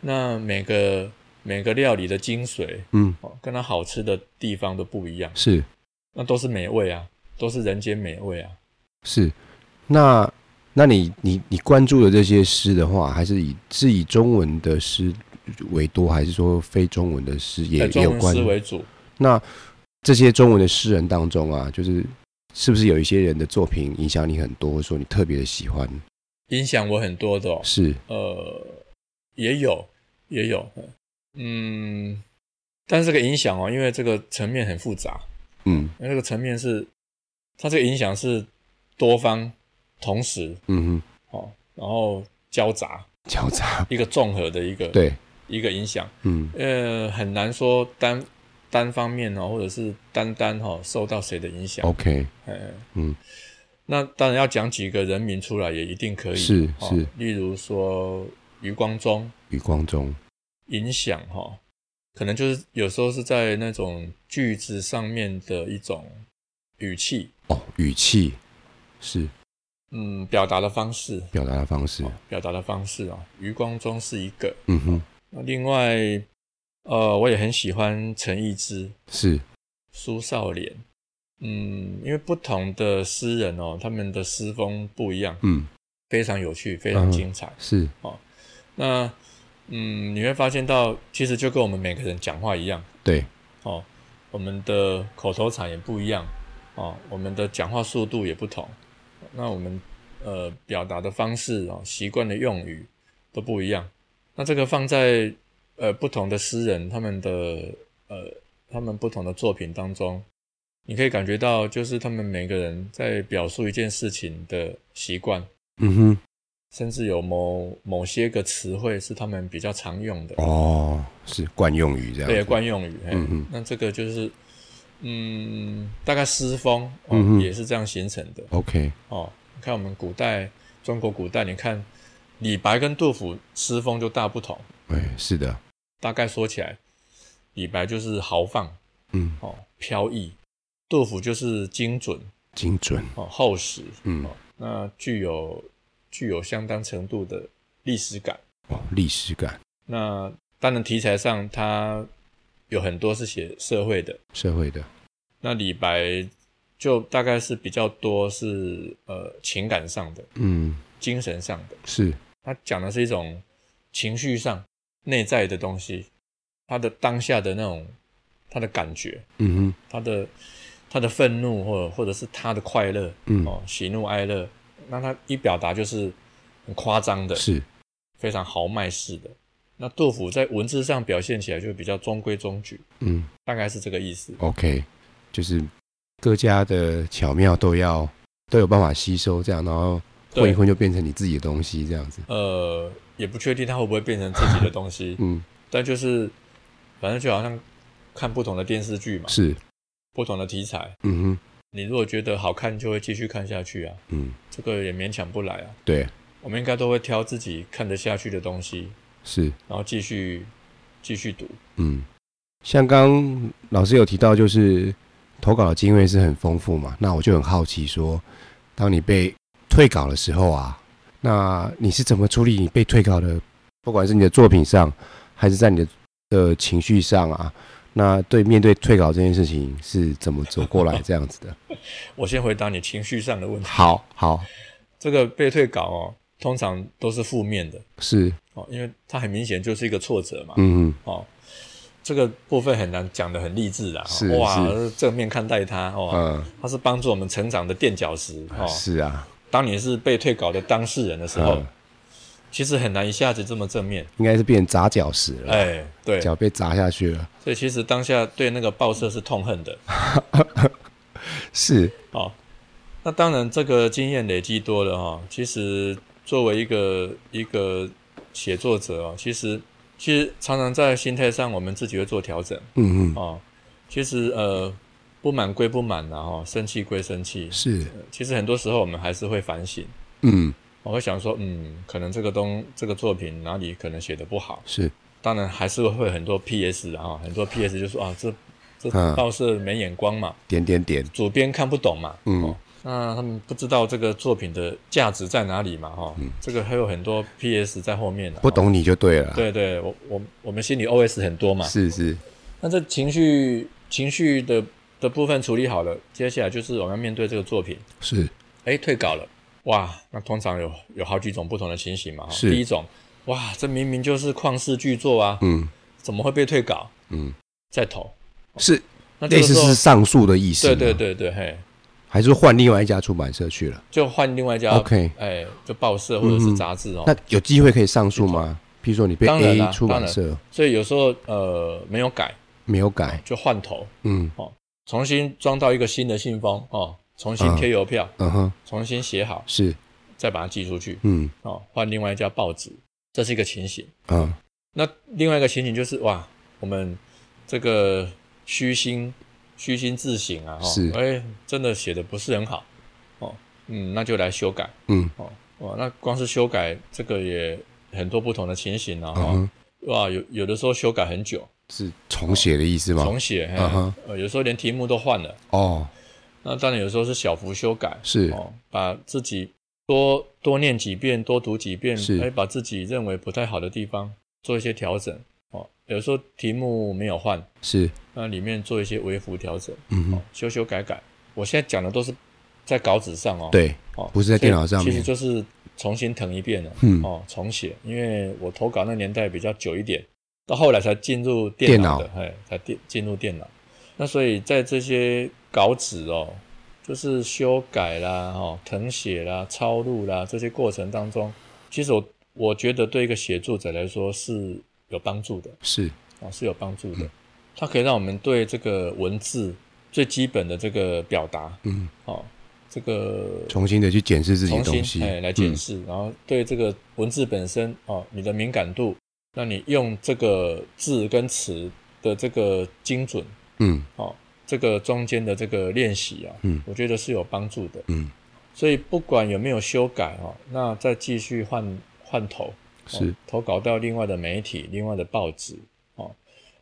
S2: 那每个每个料理的精髓
S1: 嗯嗯，
S2: 哦，跟它好吃的地方都不一样，
S1: 是
S2: 那都是美味啊，都是人间美味啊。
S1: 是，那。那你你你关注的这些诗的话，还是以是以中文的诗为多，还是说非中文的诗也
S2: 在
S1: 也
S2: 中
S1: 有
S2: 文
S1: 关
S2: 诗？为主，
S1: 那这些中文的诗人当中啊，就是是不是有一些人的作品影响你很多，或者说你特别的喜欢？
S2: 影响我很多的、哦，
S1: 是，
S2: 呃，也有也有，嗯嗯，但是这个影响哦，因为这个层面很复杂，
S1: 嗯
S2: 因为这个层面是它这个影响是多方同时
S1: 嗯哼，
S2: 哦，然后交杂
S1: 交叉，
S2: 一个综合的一个
S1: 对，
S2: 一个影响，
S1: 嗯
S2: 呃，很难说单单方面哦，或者是单单哦受到谁的影响。
S1: ，OK，
S2: 哎
S1: 嗯，
S2: 那当然要讲几个人名出来也一定可以，
S1: 是
S2: 哦
S1: 是
S2: 例如说余光中
S1: 余光中，
S2: 影响哈、哦，可能就是有时候是在那种句子上面的一种语气，
S1: 哦，语气是
S2: 嗯，表达的方式，
S1: 表达的方式，
S2: 哦、表达的方式哦，余光中是一个，
S1: 嗯哼，
S2: 那另外，呃，我也很喜欢陈逸之、
S1: 是，
S2: 苏少莲，嗯，因为不同的诗人哦，他们的诗风不一样，
S1: 嗯
S2: 非常有趣，
S1: 嗯
S2: 非常
S1: 哼
S2: 精彩。
S1: 是，
S2: 那嗯，你会发现到，其实就跟我们每个人讲话一样
S1: 对，
S2: 哦，我们的口头禅也不一样哦，我们的讲话速度也不同，那我们呃表达的方式哦，习惯的用语都不一样。那这个放在呃不同的诗人他们的呃他们不同的作品当中，你可以感觉到，就是他们每个人在表述一件事情的习惯，
S1: 嗯
S2: 甚至有某某些个词汇是他们比较常用的，
S1: 哼，哦，是惯用语这样子，
S2: 对，惯用语。嘿
S1: 嗯哼
S2: 那这个就是，嗯，大概诗风、哦
S1: 嗯哼
S2: 也是这样形成的
S1: ，OK，
S2: 哦。你看我们古代中国古代，你看李白跟杜甫诗风就大不同。
S1: 哎，是的，
S2: 大概说起来，李白就是豪放
S1: 嗯，
S2: 哦，飘逸；杜甫就是精准
S1: 精准，
S2: 哦，厚实，
S1: 嗯
S2: 哦，那具有具有相当程度的历史感。
S1: 哦，历史感，
S2: 那当然题材上，他有很多是写社会的。
S1: 社会的，
S2: 那李白就大概是比较多是呃情感上的、
S1: 嗯，
S2: 精神上的，
S1: 是，
S2: 他讲的是一种情绪上内在的东西，他的当下的那种他的感觉，
S1: 嗯哼，
S2: 他的他的愤怒或者或者是他的快乐
S1: 嗯，
S2: 哦，喜怒哀乐，那他一表达就是很夸张的，
S1: 是，
S2: 非常豪迈式的。那杜甫在文字上表现起来就比较中规中矩，
S1: 嗯
S2: 大概是这个意思。
S1: ，OK，就是各家的巧妙都要都有办法吸收，这样，然后混一
S2: 对，
S1: 混就变成你自己的东西，这样子，，
S2: 呃，也不确定他会不会变成自己的东西
S1: 嗯，
S2: 但就是反正就好像看不同的电视剧嘛，
S1: 是，
S2: 不同的题材，
S1: 嗯哼，
S2: 你如果觉得好看，就会继续看下去啊，
S1: 嗯，
S2: 这个也勉强不来啊。
S1: 对，
S2: 我们应该都会挑自己看得下去的东西，
S1: 是，
S2: 然后继续继续读。
S1: 嗯，像刚老师有提到，就是投稿的经验是很丰富嘛，那我就很好奇说，当你被退稿的时候啊，那你是怎么处理你被退稿的？不管是你的作品上，还是在你的的情绪上啊，那对面对退稿这件事情是怎么走过来这样子的？
S2: 我先回答你情绪上的问 题，
S1: 好，好，
S2: 这个被退稿哦，通常都是负面的
S1: 是，
S2: 哦，因为它很明显就是一个挫折嘛。
S1: 嗯
S2: 哦，这个部分很难讲得很励志啦。哦
S1: 是
S2: 哇
S1: 是，
S2: 正面看待它哦，
S1: 嗯，
S2: 它是帮助我们成长的垫脚石哦。
S1: 是啊，
S2: 当你是被退稿的当事人的时候，
S1: 嗯，
S2: 其实很难一下子这么正面。
S1: 应该是变成砸脚石了，
S2: 哎，对，
S1: 脚被砸下去了，
S2: 所以其实当下对那个报社是痛恨的。
S1: 是，
S2: 哦，那当然，这个经验累积多了哈、哦，其实作为一个一个写作者哦，其实其实常常在心态上，我们自己会做调整
S1: 嗯嗯，
S2: 哦。其实呃，不满归不满啦、哈、生气归生气，
S1: 是，
S2: 其实很多时候我们还是会反省，
S1: 嗯，
S2: 我会想说，嗯，可能这个东这个作品哪里可能写的不好，
S1: 是，
S2: 当然还是会很多 PS 啦哈、很多 PS 就说啊，这这
S1: 嗯
S2: 报社没眼光嘛，
S1: 点点点，
S2: 主编看不懂嘛，
S1: 嗯
S2: 哦，那他们不知道这个作品的价值在哪里嘛，哈、这个还有很多 PS 在后面的、
S1: 嗯不
S2: 哦
S1: 懂你就对了。，
S2: 对啊对，我我我们心里 OS 很多嘛，
S1: 是是，
S2: 那这情绪情绪的的部分处理好了，接下来就是我们要面对这个作品，
S1: 是
S2: 哎，退稿了，哇，那通常有有好几种不同的情形嘛，哈
S1: 是
S2: 第一种，哇，这明明就是旷世巨作啊，
S1: 嗯
S2: 怎么会被退稿？
S1: 嗯，
S2: 再投，
S1: 是
S2: 那这
S1: 类
S2: 个
S1: 似
S2: 时候
S1: 是，啊上诉的意思。
S2: 对对，对对，嘿，
S1: 还是换另外一家出版社去了。
S2: 就换另外一家
S1: OK，嗯
S2: 哎，就报社或者是杂志哦。
S1: 那有机会可以上诉吗？譬如说你被
S2: 当然哦
S1: A
S2: 啦
S1: 出版社
S2: 所以有时候呃没有改
S1: 没有改，
S2: 就换头，
S1: 嗯
S2: 重新装到一个新的信封哦，重新贴邮票，
S1: 嗯哼，
S2: 重新写好，
S1: 是，
S2: 再把它寄出去
S1: 嗯
S2: 哦，换另外一家报纸，这是一个情形。
S1: 嗯
S2: 那另外一个情形就是哇，我们这个虚心虚心自省啊，哦，
S1: 是
S2: 哎、真的写的不是很好哦，嗯，那就来修改
S1: 嗯
S2: 哦，哇，那光是修改这个也很多不同的情形啊，
S1: 嗯
S2: 哦，
S1: 哼，
S2: 哇，有有的时候修改很久，
S1: 是重写的意思吗？
S2: 重写，嘿
S1: 嗯哼
S2: 呃，有时候连题目都换了，
S1: 哦，
S2: 那当然有时候是小幅修改，
S1: 是
S2: 哦，把自己多多念几遍，多读几遍
S1: 是，
S2: 哎，把自己认为不太好的地方做一些调整。哦，有时候题目没有换，
S1: 是，
S2: 那里面做一些微幅调整，
S1: 嗯
S2: 哦
S1: 哼，，
S2: 修修改改。我现在讲的都是在稿纸上哦，，
S1: 对，
S2: 哦，
S1: 不是在
S2: 所以
S1: 电脑上面
S2: 其实就是重新誊一遍了，
S1: 嗯
S2: 哦，重写，因为我投稿那年代比较久一点，到后来才进入电脑的，哎，才电进入电脑。那所以在这些稿纸哦，就是修改啦、哦誊写啦、抄录啦这些过程当中，其实我我觉得对一个写作者来说是有帮助的。
S1: 是，
S2: 啊，是有帮助
S1: 嗯
S2: 的。它可以让我们对这个文字最基本的这个表达，
S1: 嗯，
S2: 哦，这个
S1: 重新的去检视自己的
S2: 重
S1: 东
S2: 新
S1: 西，嗯
S2: 哎来检视，然后对这个文字本身哦，你的敏感度，那你用这个字跟词的这个精准
S1: 嗯，
S2: 哦，这个中间的这个练习啊，
S1: 嗯
S2: 我觉得是有帮助的。
S1: 嗯，
S2: 所以不管有没有修改哦，那再继续换换头，
S1: 嗯是
S2: 哦投稿到另外的媒体、另外的报纸哦。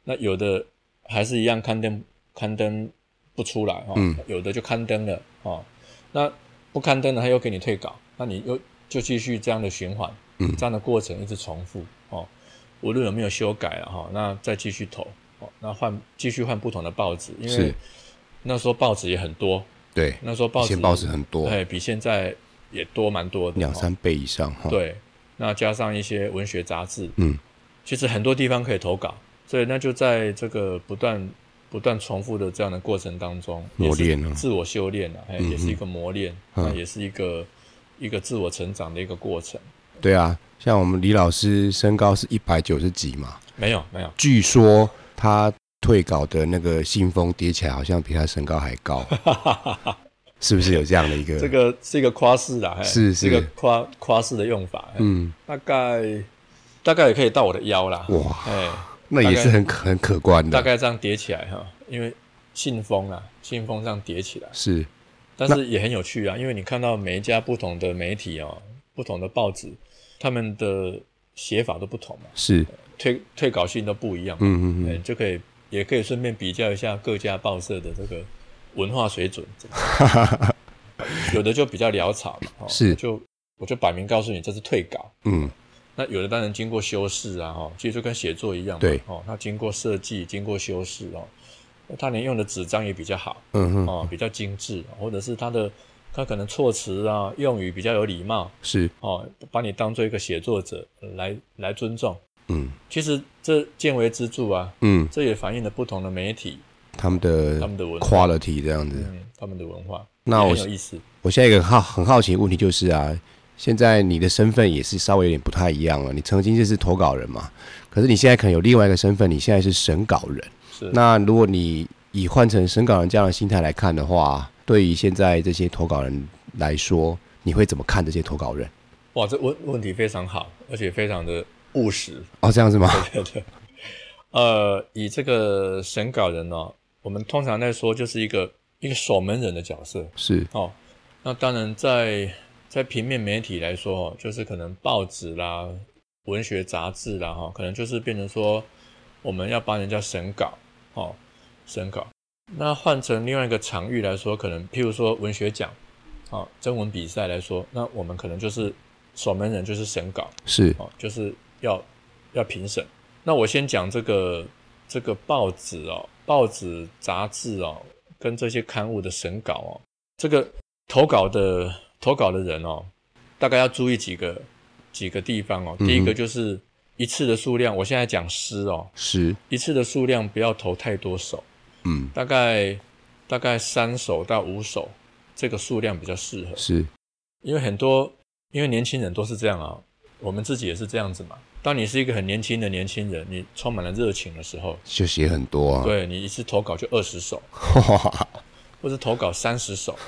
S2: 那有的还是一样刊登刊登不出来哦，
S1: 嗯
S2: 有的就刊登了哦。那不刊登了，他又给你退稿，那你又就继续这样的循环，
S1: 嗯
S2: 这样的过程一直重复哦。无论有没有修改了哈、哦，那再继续投哦，那换继续换不同的报纸，因为
S1: 是
S2: 那时候报纸也很多，
S1: 对，
S2: 那时候报
S1: 以
S2: 纸
S1: 前报纸很多，
S2: 对比现在也多蛮多的，
S1: 两
S2: 哦
S1: 三倍以上哈，，
S2: 对，那加上一些文学杂志，
S1: 嗯，
S2: 其实很多地方可以投稿，所以那就在这个不断不断重复的这样的过程当中，
S1: 磨练
S2: 也
S1: 啊
S2: 是自我修炼啊，哎
S1: 嗯哼
S2: 也是一个磨练，
S1: 嗯
S2: 那也是一个一个自我成长的一个过程。
S1: 对啊，像我们李老师身高是一百九十几嘛，
S2: 没有没有，
S1: 据说他退稿的那个信封叠起来好像比他身高还高， 是不是有这样的一个？
S2: 这个是一个夸饰啦，哎
S1: 是
S2: 一个
S1: 是
S2: 夸夸饰的用法，哎
S1: 嗯，
S2: 大概大概也可以到我的腰啦，
S1: 哇，
S2: 哎，
S1: 那也是很可很可观
S2: 大
S1: 的，
S2: 概这样叠起来哈，因为信封啊，信封这样叠起来。
S1: 是
S2: 但是也很有趣啊，因为你看到每一家不同的媒体哦，不同的报纸，他们的写法都不同嘛，
S1: 是，
S2: 退退稿信都不一样嘛，
S1: 嗯嗯
S2: 嗯、
S1: 嗯，
S2: 就可以也可以顺便比较一下各家报社的这个文化水准， 有的就比较潦草嘛，哦、
S1: 是
S2: 我就我就摆明告诉你这是退稿，
S1: 嗯，
S2: 那有的当然经过修饰啊，哦，其实就跟写作一样嘛，
S1: 对
S2: 哦，它经过设计，经过修饰哦，它连用的纸张也比较好，
S1: 嗯哼，
S2: 哦，比较精致，或者是他的他可能措辞啊、用语比较有礼貌
S1: 是，
S2: 哦，把你当做一个写作者呃来来尊重。
S1: 嗯
S2: 其实这见微知著啊，
S1: 嗯，
S2: 这也反映了不同的媒体
S1: 他们的
S2: 他们的文化，
S1: quality 这样子。
S2: 嗯，他们的文化，
S1: 那
S2: 也
S1: 我
S2: 很有意思。
S1: 我现在有一个好很好奇的问题就是啊，现在你的身份也是稍微有点不太一样了。你曾经就是投稿人嘛，可是你现在可能有另外一个身份，你现在是审稿人。
S2: 是
S1: 那如果你以换成审稿人这样的心态来看的话，对于现在这些投稿人来说，你会怎么看这些投稿人？
S2: 哇，这问问题非常好，而且非常的务实。
S1: 哦，这样子吗？
S2: 呃，以这个审稿人哦，我们通常在说就是一个一个守门人的角色，
S1: 是，
S2: 哦，那当然在在平面媒体来说，哦，就是可能报纸啦、文学杂志啦，哈、哦可能就是变成说我们要帮人家审稿，哦，审稿。那换成另外一个场域来说，可能譬如说文学奖，哦，征文比赛来说，那我们可能就是守门人就是审稿，
S1: 是，
S2: 哦，就是要要评审。那我先讲这个这个报纸哦，报纸、杂志哦，跟这些刊物的审稿哦，这个投稿的投稿的人哦，大概要注意几个几个地方哦。第一个就是一次的数量，我现在讲诗哦，
S1: 是，
S2: 一次的数量不要投太多首，
S1: 嗯，
S2: 大概大概三首到五首，这个数量比较适合。
S1: 是，
S2: 因为很多，因为年轻人都是这样啊，我们自己也是这样子嘛。当你是一个很年轻的年轻人，你充满了热情的时候，
S1: 就写很多啊。
S2: 对你一次投稿就二十首，或者投稿三十 首，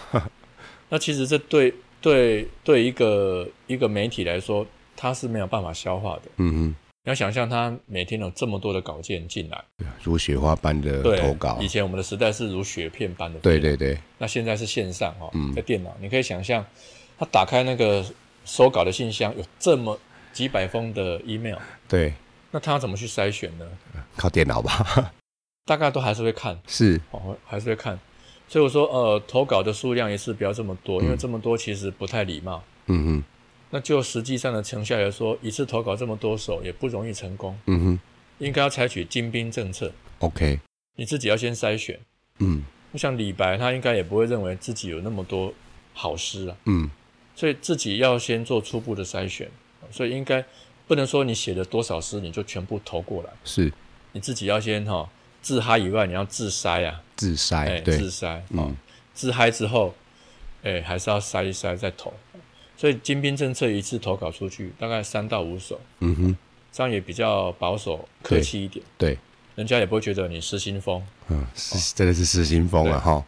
S2: 那其实这对对对一个一个媒体来说，它是没有办法消化的。
S1: 嗯
S2: 你要想象他每天有这么多的稿件进来，
S1: 哼，如雪花般的
S2: 对，
S1: 投稿
S2: 以。前我们的时代是如雪片般的，
S1: 对对对，
S2: 那现在是线上哦，
S1: 嗯
S2: 在电脑，你可以想象，他打开那个收稿的信箱，有这么几百封的 email，
S1: 对，
S2: 那他要怎么去筛选呢？
S1: 靠电脑吧。
S2: 大概都还是会看，
S1: 是，
S2: 哦，还是会看。所以我说，呃，投稿的数量一次不要这么多，因为这么多其实不太礼貌。
S1: 嗯哼，
S2: 那就实际上的成效来说，一次投稿这么多首也不容易成功，
S1: 嗯哼
S2: 应该要采取精兵政策，
S1: ，OK，
S2: 你自己要先筛选。
S1: 嗯
S2: 我想李白他应该也不会认为自己有那么多好诗啊，
S1: 嗯，
S2: 所以自己要先做初步的筛选，所以应该不能说你写了多少诗你就全部投过来，
S1: 是
S2: 你自己要先哈、自嗨以外，你要自筛啊，
S1: 自
S2: 哎、
S1: 筛，
S2: 自
S1: 对，
S2: 筛，
S1: 嗯
S2: 自嗨之后，哎、还是要筛一筛再投，所以精兵政策一次投稿出去大概三到五首，
S1: 嗯哼，
S2: 这样也比较保守客
S1: 对
S2: 气一点，
S1: 对，
S2: 人家也不会觉得你失心疯，
S1: 嗯，是真的是失心疯了
S2: 对
S1: 哈。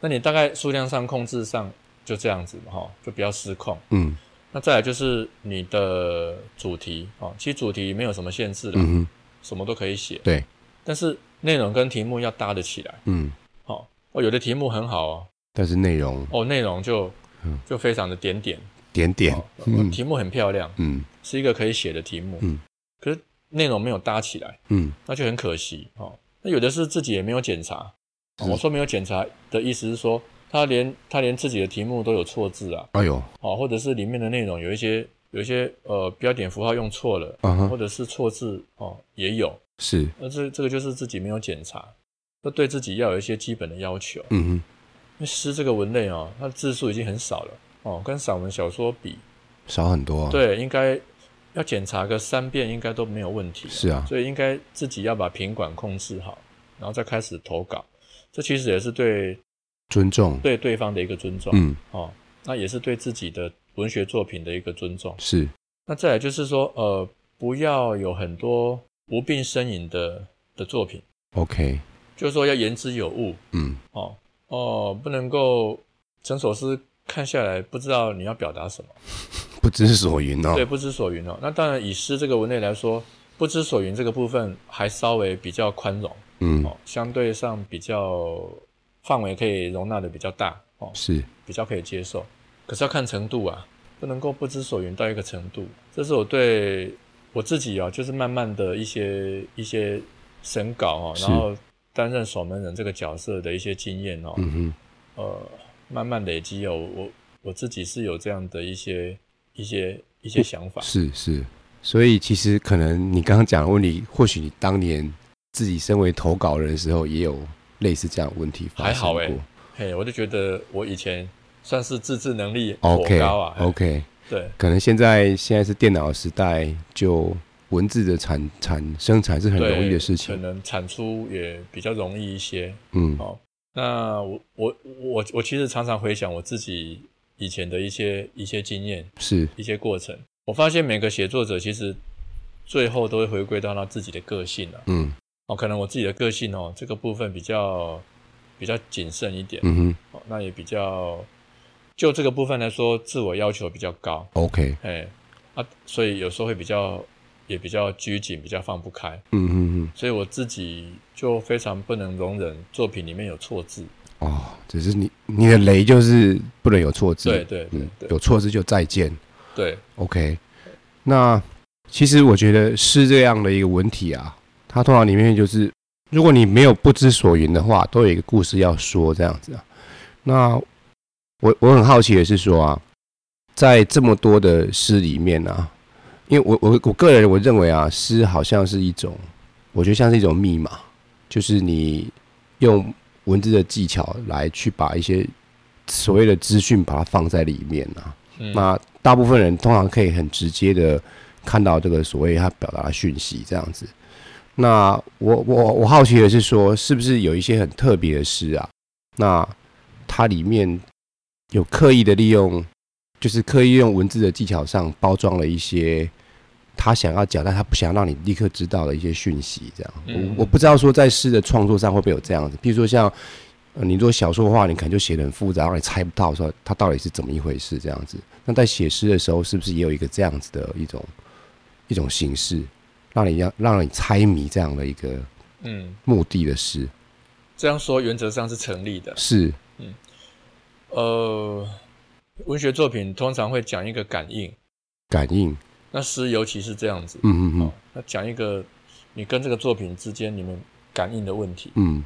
S2: 那你大概数量上控制上就这样子嘛哈、就不要失控。
S1: 嗯
S2: 那再来就是你的主题啊、哦，其实主题没有什么限制的，
S1: 嗯哼，
S2: 什么都可以写，
S1: 对，
S2: 但是内容跟题目要搭得起来。
S1: 嗯，
S2: 哦，哦，有的题目很好哦，
S1: 但是内容
S2: 哦，内容就
S1: 嗯
S2: 就非常的点点，
S1: 点点
S2: 哦，
S1: 嗯
S2: 题目很漂亮，
S1: 嗯
S2: 是一个可以写的题目，
S1: 嗯，
S2: 可是内容没有搭起来，
S1: 嗯，
S2: 那就很可惜哦。那有的是自己也没有检查，哦
S1: 是
S2: 我说没有检查的意思是说，他连他连自己的题目都有错字啊，
S1: 哎呦，
S2: 哦，或者是里面的内容有一些有一些呃标点符号用错了，
S1: 啊
S2: 或
S1: 哈，
S2: 者是错字哦也有，
S1: 是，
S2: 那这这个就是自己没有检查，那对自己要有一些基本的要求。
S1: 嗯哼，
S2: 因为诗这个文类哦，它的字数已经很少了哦，跟散文、小说比，
S1: 少很多。，啊
S2: 对，应该要检查个三遍应该都没有问题。
S1: 是啊
S2: 所以应该自己要把品管控制好，然后再开始投稿。这其实也是对
S1: 尊重，
S2: 对对方的一个尊重、
S1: 嗯，
S2: 哦，那也是对自己的文学作品的一个尊重。
S1: 是，
S2: 那再来就是说，呃，不要有很多无病呻吟的的作品，
S1: OK，
S2: 就是说要言之有物
S1: 嗯，
S2: 哦哦，不能够整首诗看下来不知道你要表达什么，
S1: 不知所云哦
S2: 对，。不知所云哦。那当然，以诗这个文类来说，不知所云这个部分还稍微比较宽容
S1: 嗯，
S2: 哦，相对上比较范围可以容纳的比较大哦，
S1: 是，
S2: 比较可以接受。可是要看程度啊，不能够不知所云到一个程度。这是我对我自己啊，就是慢慢的一些一些审稿哦，
S1: 是
S2: 然后担任守门人这个角色的一些经验哦，
S1: 嗯哼，
S2: 呃，慢慢累积哦，我我自己是有这样的一些一些一
S1: 嗯
S2: 些想法。
S1: 是是。所以其实可能你刚刚讲的问题，或许你当年自己身为投稿人的时候，也有类似这样的问题发
S2: 还
S1: 生
S2: 好
S1: 过。
S2: 欸嘿，我就觉得我以前算是自制能力颇
S1: OK
S2: 高啊。
S1: OK，
S2: 对
S1: 可能现在现在是电脑的时代，就文字的产产生产是很
S2: 对，
S1: 容易的事
S2: 可
S1: 情。
S2: 能产出也比较容易一些。
S1: 嗯
S2: 好那我我我我其实常常回想我自己以前的一些一些经验、
S1: 是，
S2: 一些过程，我发现每个写作者其实最后都会回归到他自己的个性啊。
S1: 嗯
S2: 哦，可能我自己的个性哦，这个部分比较比较谨慎一点，
S1: 嗯哼
S2: 哦，那也比较就这个部分来说，自我要求比较高，
S1: ，OK，
S2: 哎啊，所以有时候会比较也比较拘谨，比较放不开，
S1: 嗯哼
S2: 所以我自己就非常不能容忍作品里面有错字。
S1: 哼，哦，只是你你的雷就是不能有错字，
S2: 对对对
S1: 嗯
S2: 对，
S1: 有错字就再见。
S2: 对，
S1: OK，那其实我觉得是这样的一个文体啊，它通常里面就是，如果你没有不知所云的话，都有一个故事要说这样子啊。那我我很好奇的是说啊，在这么多的诗里面啊，因为我我我个人我认为啊，诗好像是一种，我觉得像是一种密码，就是你用文字的技巧来去把一些所谓的资讯把它放在里面啊。
S2: 嗯，
S1: 那大部分人通常可以很直接的看到这个所谓他表达的讯息这样子。那我我我好奇的是说，是不是有一些很特别的诗啊？那它里面有刻意的利用，就是刻意用文字的技巧上包装了一些他想要讲，但他不想让你立刻知道的一些讯息，这样。
S2: 嗯
S1: 我我不知道说在诗的创作上会不会有这样子，比如说像、呃、你做小说的话，你可能就写的很复杂，让你猜不到说它到底是怎么一回事这样子。那在写诗的时候，是不是也有一个这样子的一种一种形式，让你让让你猜谜这样的一个
S2: 嗯，
S1: 目的的诗？
S2: 这样说原则上是成立的。
S1: 是
S2: 呃，文学作品通常会讲一个感应，
S1: 感应，
S2: 那诗尤其是这样子。
S1: 嗯嗯
S2: 哦
S1: 嗯，
S2: 那讲一个你跟这个作品之间你们感应的问题。
S1: 嗯，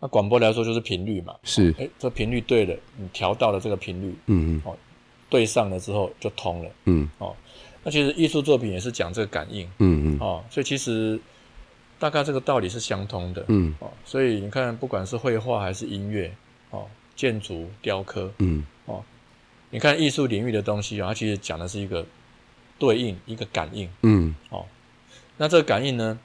S2: 那广播来说就是频率嘛，
S1: 是，
S2: 哎，这频率对了，你调到了这个频率，
S1: 嗯
S2: 对上了之后就通了。哦
S1: 嗯
S2: 那其实艺术作品也是讲这个感应
S1: 嗯嗯嗯
S2: 哦，所以其实大概这个道理是相通的
S1: 嗯
S2: 哦。所以你看，不管是绘画还是音乐哦，建筑、雕刻，
S1: 嗯
S2: 你看艺术领域的东西啊、它其实讲的是一个对应，一个感应。
S1: 嗯
S2: 那这个感应呢，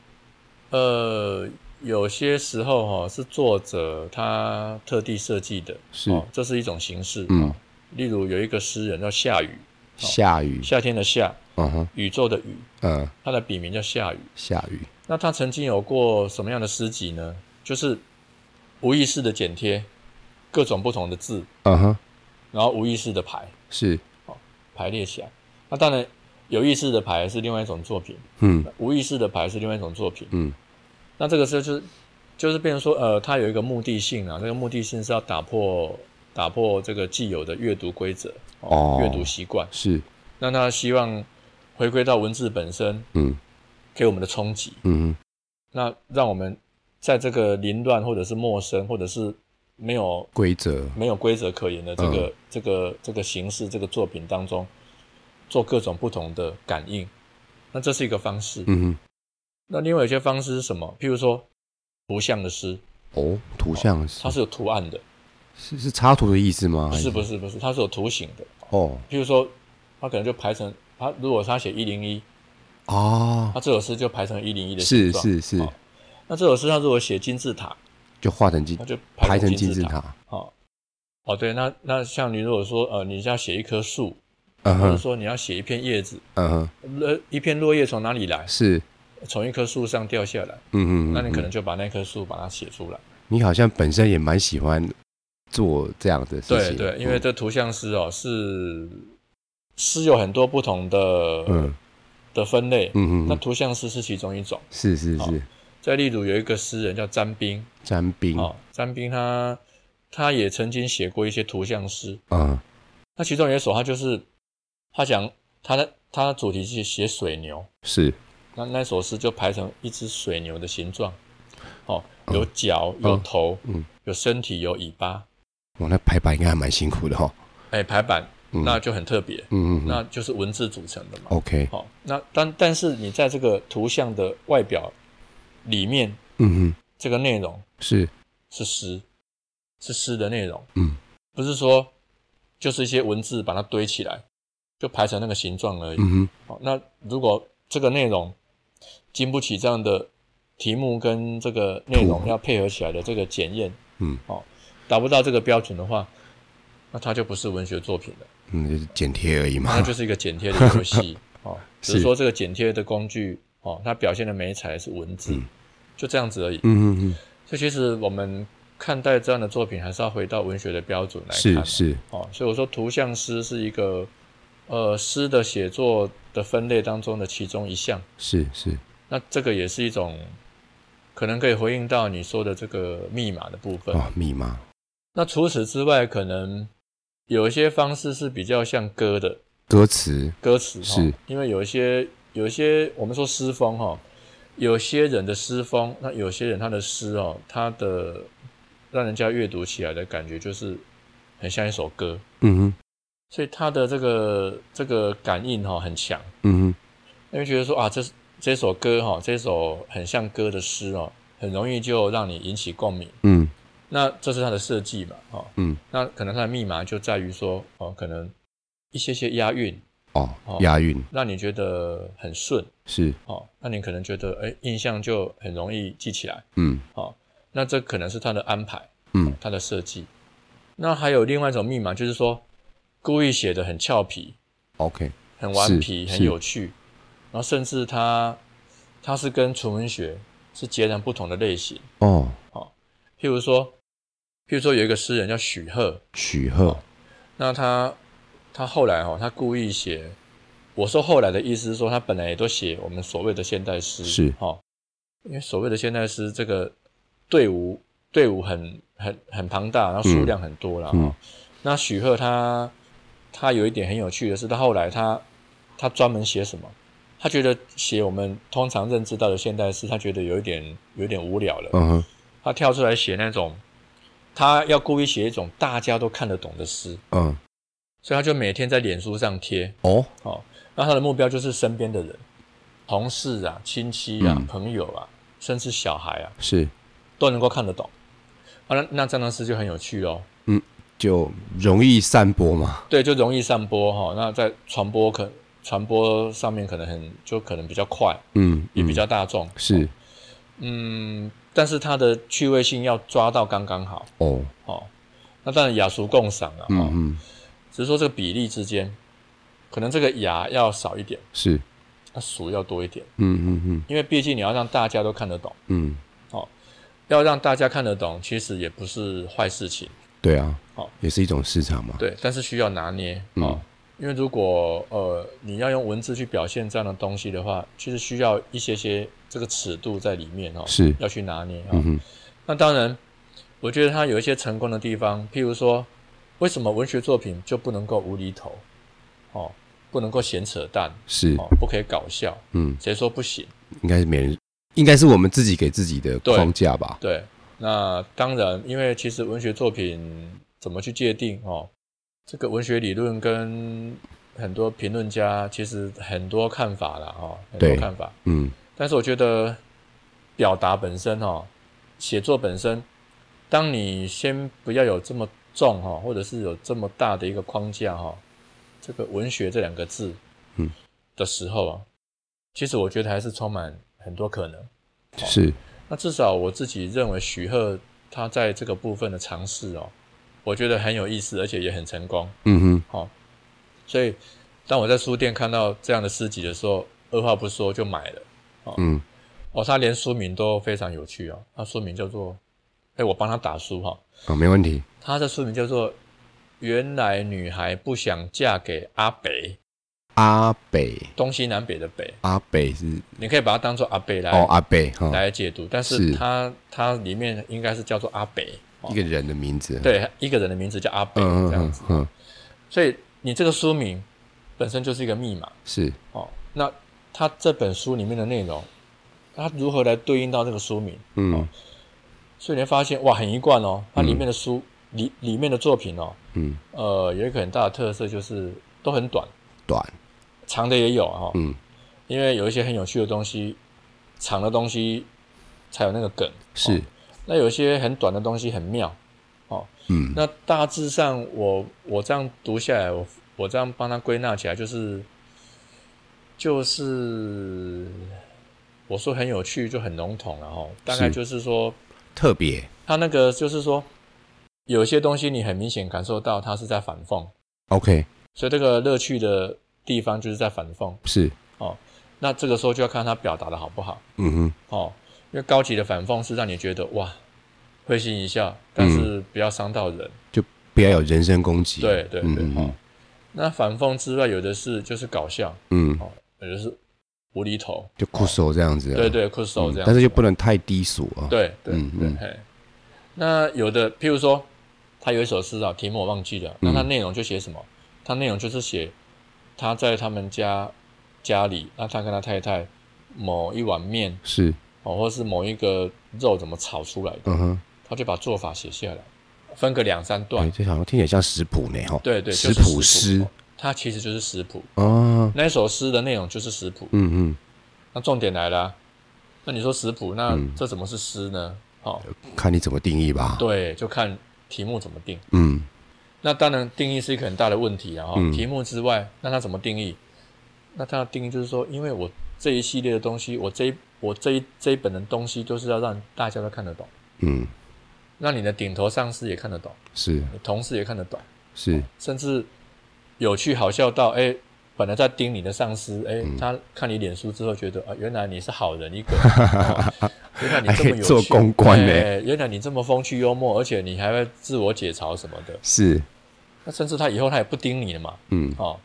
S2: 呃，有些时候哈、是作者他特地设计的，
S1: 是
S2: 哦，这是一种形式。
S1: 嗯
S2: 哦例如有一个诗人叫夏雨，
S1: 下雨，
S2: 夏天的夏，
S1: 嗯哼，
S2: 宇宙的宇，
S1: 嗯，
S2: 他的笔名叫夏雨。
S1: 下雨，
S2: 那他曾经有过什么样的诗集呢？就是无意识的剪贴各种不同的字，
S1: 嗯哼，
S2: 然后无意识的排
S1: 是，
S2: 排列起来。那当然，有意识的排是另外一种作品，
S1: 嗯
S2: 无意识的排是另外一种作品。
S1: 嗯
S2: 那这个时候就是就是变成说，呃，它有一个目的性啊，这个目的性是要打破打破这个既有的阅读规则、
S1: 哦
S2: 阅读习惯，
S1: 是，
S2: 那他希望回归到文字本身
S1: 嗯
S2: 给我们的冲击，
S1: 嗯
S2: 那让我们在这个凌乱或者是陌生或者是没有
S1: 规则，
S2: 没有规则可言的这个、
S1: 嗯
S2: 这个这个形式这个作品当中，做各种不同的感应，那这是一个方式。
S1: 嗯
S2: 那另外有些方式是什么？譬如说图像的诗，
S1: 哼，哦，图像
S2: 它
S1: 是
S2: 是有图案的，
S1: 是是插图的意思吗？
S2: 不是不
S1: 是？
S2: 是不是，它是有图形的。
S1: 哦
S2: 譬如说，它可能就排成，它如果它写一零一，
S1: 啊
S2: 哦它，这首诗就排成一零一的
S1: 是
S2: 形状。
S1: 是是
S2: 哦，那这首诗它如果写金字塔，
S1: 就画成金
S2: 它，就
S1: 排成金
S2: 金
S1: 字
S2: 塔。
S1: 塔，
S2: 哦哦，对，那那像你如果说呃，你要写一棵树，
S1: 嗯
S2: 或者
S1: 哼
S2: 说你要写一片叶子，
S1: 嗯哼，
S2: 呃，一片落叶从哪里来？
S1: 是，
S2: 从一棵树上掉下来，
S1: 嗯嗯，嗯
S2: 那你可能就把那棵树把它写出来。
S1: 你好像本身也蛮喜欢做这样的事
S2: 对
S1: 情，
S2: 对，因为这图像诗哦是诗有很多不同的
S1: 嗯
S2: 的分类，
S1: 嗯
S2: 那
S1: 嗯，
S2: 图像诗是其中一种。
S1: 是是是，
S2: 再例如有一个诗人叫詹冰，
S1: 沾冰，
S2: 哦，詹冰他他也曾经写过一些图像诗，
S1: 嗯
S2: 那其中有一首他就是他讲他的他的主题是写水牛，
S1: 是，
S2: 那那首诗就排成一只水牛的形状，哦，有脚有
S1: 嗯
S2: 头，
S1: 嗯
S2: 有身体有尾巴，
S1: 哇，哦那排版应该还蛮辛苦的哈，
S2: 哎，排版
S1: 嗯
S2: 那就很特别，
S1: 嗯嗯，哦
S2: 那就是文字组成的嘛。
S1: OK，
S2: 好、那但但是你在这个图像的外表里面，
S1: 嗯哼，
S2: 这个内容
S1: 是，
S2: 是诗，是诗的内容。
S1: 嗯，
S2: 不是说就是一些文字把它堆起来，就排成那个形状而已。
S1: 嗯哼，
S2: 好、那如果这个内容经不起这样的题目跟这个内容
S1: 图
S2: 要配合起来的这个检验，
S1: 嗯，
S2: 哦，达不到这个标准的话，那它就不是文学作品了，
S1: 嗯，就是剪贴而已嘛
S2: 那，就是一个剪贴的 游戏哦，只是
S1: 是
S2: 说这个剪贴的工具哦，它表现的美彩是文
S1: 嗯
S2: 字，就这样子而已。
S1: 嗯嗯嗯，
S2: 所以其实我们看待这样的作品，还是要回到文学的标准来
S1: 是
S2: 看
S1: 是，
S2: 哦。所以我说，图像诗是一个呃诗的写作的分类当中的其中一项。
S1: 是是，
S2: 那这个也是一种可能可以回应到你说的这个密码的部分。
S1: 哦，密码，
S2: 那除此之外，可能有一些方式是比较像歌的
S1: 歌词，
S2: 歌词，
S1: 是
S2: 哦、因为有一些有一些我们说诗风哈、哦，有些人的诗风，那有些人他的诗哦，他的让人家阅读起来的感觉就是很像一首歌，
S1: 嗯哼，
S2: 所以他的这个这个感应哈、哦、很强，
S1: 嗯
S2: 那就觉得说啊，这这首歌哈、哦，这首很像歌的诗哦，很容易就让你引起共鸣。
S1: 哼，嗯
S2: 那这是它的设计嘛，哦，
S1: 嗯，
S2: 那可能它的密码就在于说，哦，可能一些些押韵，
S1: 哦
S2: 哦，
S1: 押韵
S2: 让你觉得很顺，
S1: 是，
S2: 哦，那你可能觉得，哎，印象就很容易记起来，
S1: 嗯
S2: 哦，那这可能是它的安排，
S1: 嗯
S2: 它的设计。那还有另外一种密码，就是说故意写的很俏皮、
S1: ，OK，
S2: 很顽
S1: 是
S2: 皮、很
S1: 是
S2: 有趣，然后甚至它它是跟纯文学是截然不同的类型。
S1: 哦，
S2: 譬如说，譬如说有一个诗人叫许鹤，
S1: 许鹤，
S2: 哦那他他后来哦，他故意写，我说后来的意思是说，他本来也都写我们所谓的现代诗，
S1: 是
S2: 哦，因为所谓的现代诗这个队伍队伍很很很庞大，然后数量很多啦。
S1: 嗯
S2: 哦那许鹤他他有一点很有趣的是，他后来他他专门写什么？他觉得写我们通常认知到的现代诗，他觉得有一点有一点无聊了。
S1: 嗯哼，
S2: 他跳出来写那种，他要故意写一种大家都看得懂的诗，
S1: 嗯，
S2: 所以他就每天在脸书上贴。
S1: 哦，
S2: 哦，那他的目标就是身边的人，同事啊、亲戚啊、
S1: 嗯
S2: 朋友啊，甚至小孩啊，
S1: 是，
S2: 都能够看得懂。啊，那那这样的诗就很有趣哦。
S1: 就容易散播嘛。
S2: 对，就容易散播哈、那在传播可传播上面可能很就可能比较快，
S1: 嗯，
S2: 也比
S1: 嗯
S2: 较大众。
S1: 是
S2: 嗯，但是它的趣味性要抓到刚刚好
S1: 哦，
S2: 哦。那当然雅俗共赏啊，哦
S1: 嗯嗯，
S2: 只是说这个比例之间，可能这个雅要少一点，
S1: 是，
S2: 那俗要多一点，
S1: 嗯嗯嗯
S2: 因为毕竟你要让大家都看得懂，
S1: 嗯，
S2: 要让大家看得懂，其实也不是坏事情，
S1: 对啊
S2: 好，
S1: 也是一种市场嘛。
S2: 对，但是需要拿捏
S1: 嗯
S2: 哦。因为如果呃你要用文字去表现这样的东西的话，其实需要一些些这个尺度在里面哦，
S1: 是
S2: 要去拿捏哦。
S1: 嗯哼，
S2: 那当然，我觉得它有一些成功的地方，譬如说，为什么文学作品就不能够无厘头，哦，不能够闲扯淡，
S1: 是，
S2: 哦，不可以搞笑，
S1: 嗯，
S2: 谁说不行？
S1: 应该是没人，应该是我们自己给自己的
S2: 对
S1: 框架吧。
S2: 对，那当然，因为其实文学作品怎么去界定哦，这个文学理论跟很多评论家其实很多看法啦，哦，很多
S1: 对
S2: 看法。
S1: 嗯，
S2: 但是我觉得表达本身哦，写作本身，当你先不要有这么重哈、哦，或者是有这么大的一个框架哈、哦，这个文学这两个字，
S1: 嗯
S2: 的时候啊，其实我觉得还是充满很多可能。
S1: 是，
S2: 那至少我自己认为许鹤他在这个部分的尝试哦，我觉得很有意思，而且也很成功。
S1: 嗯哼，
S2: 所以当我在书店看到这样的诗集的时候，二话不说就买了。
S1: 嗯，
S2: 哦，他连书名都非常有趣哦，他书名叫做，哎，我帮他打书哈、
S1: 啊，没问题。
S2: 他的书名叫做《原来女孩不想嫁给阿北》，
S1: 阿北，
S2: 东西南北的北，
S1: 阿北是
S2: 你可以把它当做阿北来、
S1: 哦，阿北哈，
S2: 来解读，但是
S1: 是
S2: 它它里面应该是叫做阿北，哦
S1: 一个人的名字。，
S2: 对，一个人的名字叫阿北、
S1: 嗯
S2: 这样
S1: 嗯
S2: 子，
S1: 嗯，
S2: 所以你这个书名本身就是一个密码
S1: 是，
S2: 哦。那他这本书里面的内容，他如何来对应到这个书名？
S1: 嗯
S2: 所以你会发现哇，很一贯哦，它里面的书、里里面的作品哦，
S1: 嗯，
S2: 呃，有一个很大的特色就是都很短，
S1: 短，
S2: 长的也有哈、哦，
S1: 嗯，
S2: 因为有一些很有趣的东西，长的东西才有那个梗，
S1: 是，
S2: 那有一些很短的东西很妙。哦
S1: 嗯，
S2: 那大致上我我这样读下来，我我这样帮它归纳起来，就是就是我说很有趣就很笼统了哈、哦，大概
S1: 是
S2: 就是说。
S1: 特别
S2: 他那个就是说，有些东西你很明显感受到他是在反讽，
S1: ，OK，
S2: 所以这个乐趣的地方就是在反讽。
S1: 是，
S2: 那这个时候就要看他表达的好不好
S1: 嗯哼，
S2: 哦，因为高级的反讽是让你觉得哇，会心一笑，但
S1: 嗯
S2: 是不要伤到人。
S1: 不要有人身攻击。
S2: 对对对，
S1: 嗯
S2: 哦
S1: 嗯。
S2: 那反讽之外，有的是就是搞笑，
S1: 嗯，
S2: 有的是无厘头，
S1: 就酷手这样子啊。
S2: 对对，酷手
S1: 嗯
S2: 这样子、
S1: 但是就不能太低俗啊。，
S2: 对对
S1: 嗯
S2: 对
S1: 嗯
S2: 嘿。那有的，譬如说，他有一首诗啊，题目我忘记了，
S1: 嗯
S2: 那他内容就写什么？他内容就是写他在他们家家里，那他跟他太太某一碗面
S1: 是，
S2: 哦，或是某一个肉怎么炒出来的，
S1: 嗯哼，
S2: 他就把做法写下来，分个两三段
S1: 对，，这好像听起来像食谱呢，哈。
S2: 对对，就
S1: 哎食
S2: 是
S1: 谱
S2: 诗
S1: 诗，
S2: 它其实就是食谱。
S1: 啊，
S2: 那一首诗的内容就是食谱。
S1: 嗯
S2: 那重点来了啊，那你说食谱，那
S1: 嗯
S2: 这怎么是诗呢？哦，
S1: 嗯，看你怎么定义吧。，
S2: 对，就看题目怎么定。
S1: 嗯，
S2: 那当然，定义是一个很大的问题啊、哦。
S1: 嗯
S2: 题目之外，那它怎么定义？那它的定义就是说，因为我这一系列的东西，我这一我这一这一本的东西，就是要让大家都看得懂，
S1: 嗯，
S2: 让你的顶头上司也看得懂，
S1: 是
S2: 你同事也看得懂，
S1: 是，
S2: 甚至有趣好笑到，哎，本来在盯你的上司，哎、
S1: 嗯
S2: 他看你脸书之后，觉得啊，原来你是好人一 个，哦、原来你这么
S1: 还可以
S2: 有
S1: 哎做
S2: 趣
S1: 公关呢
S2: 哎原来你这么风趣幽默，而且你还会自我解嘲什么的。
S1: 是，
S2: 那甚至他以后他也不盯你了嘛，
S1: 嗯
S2: 哦，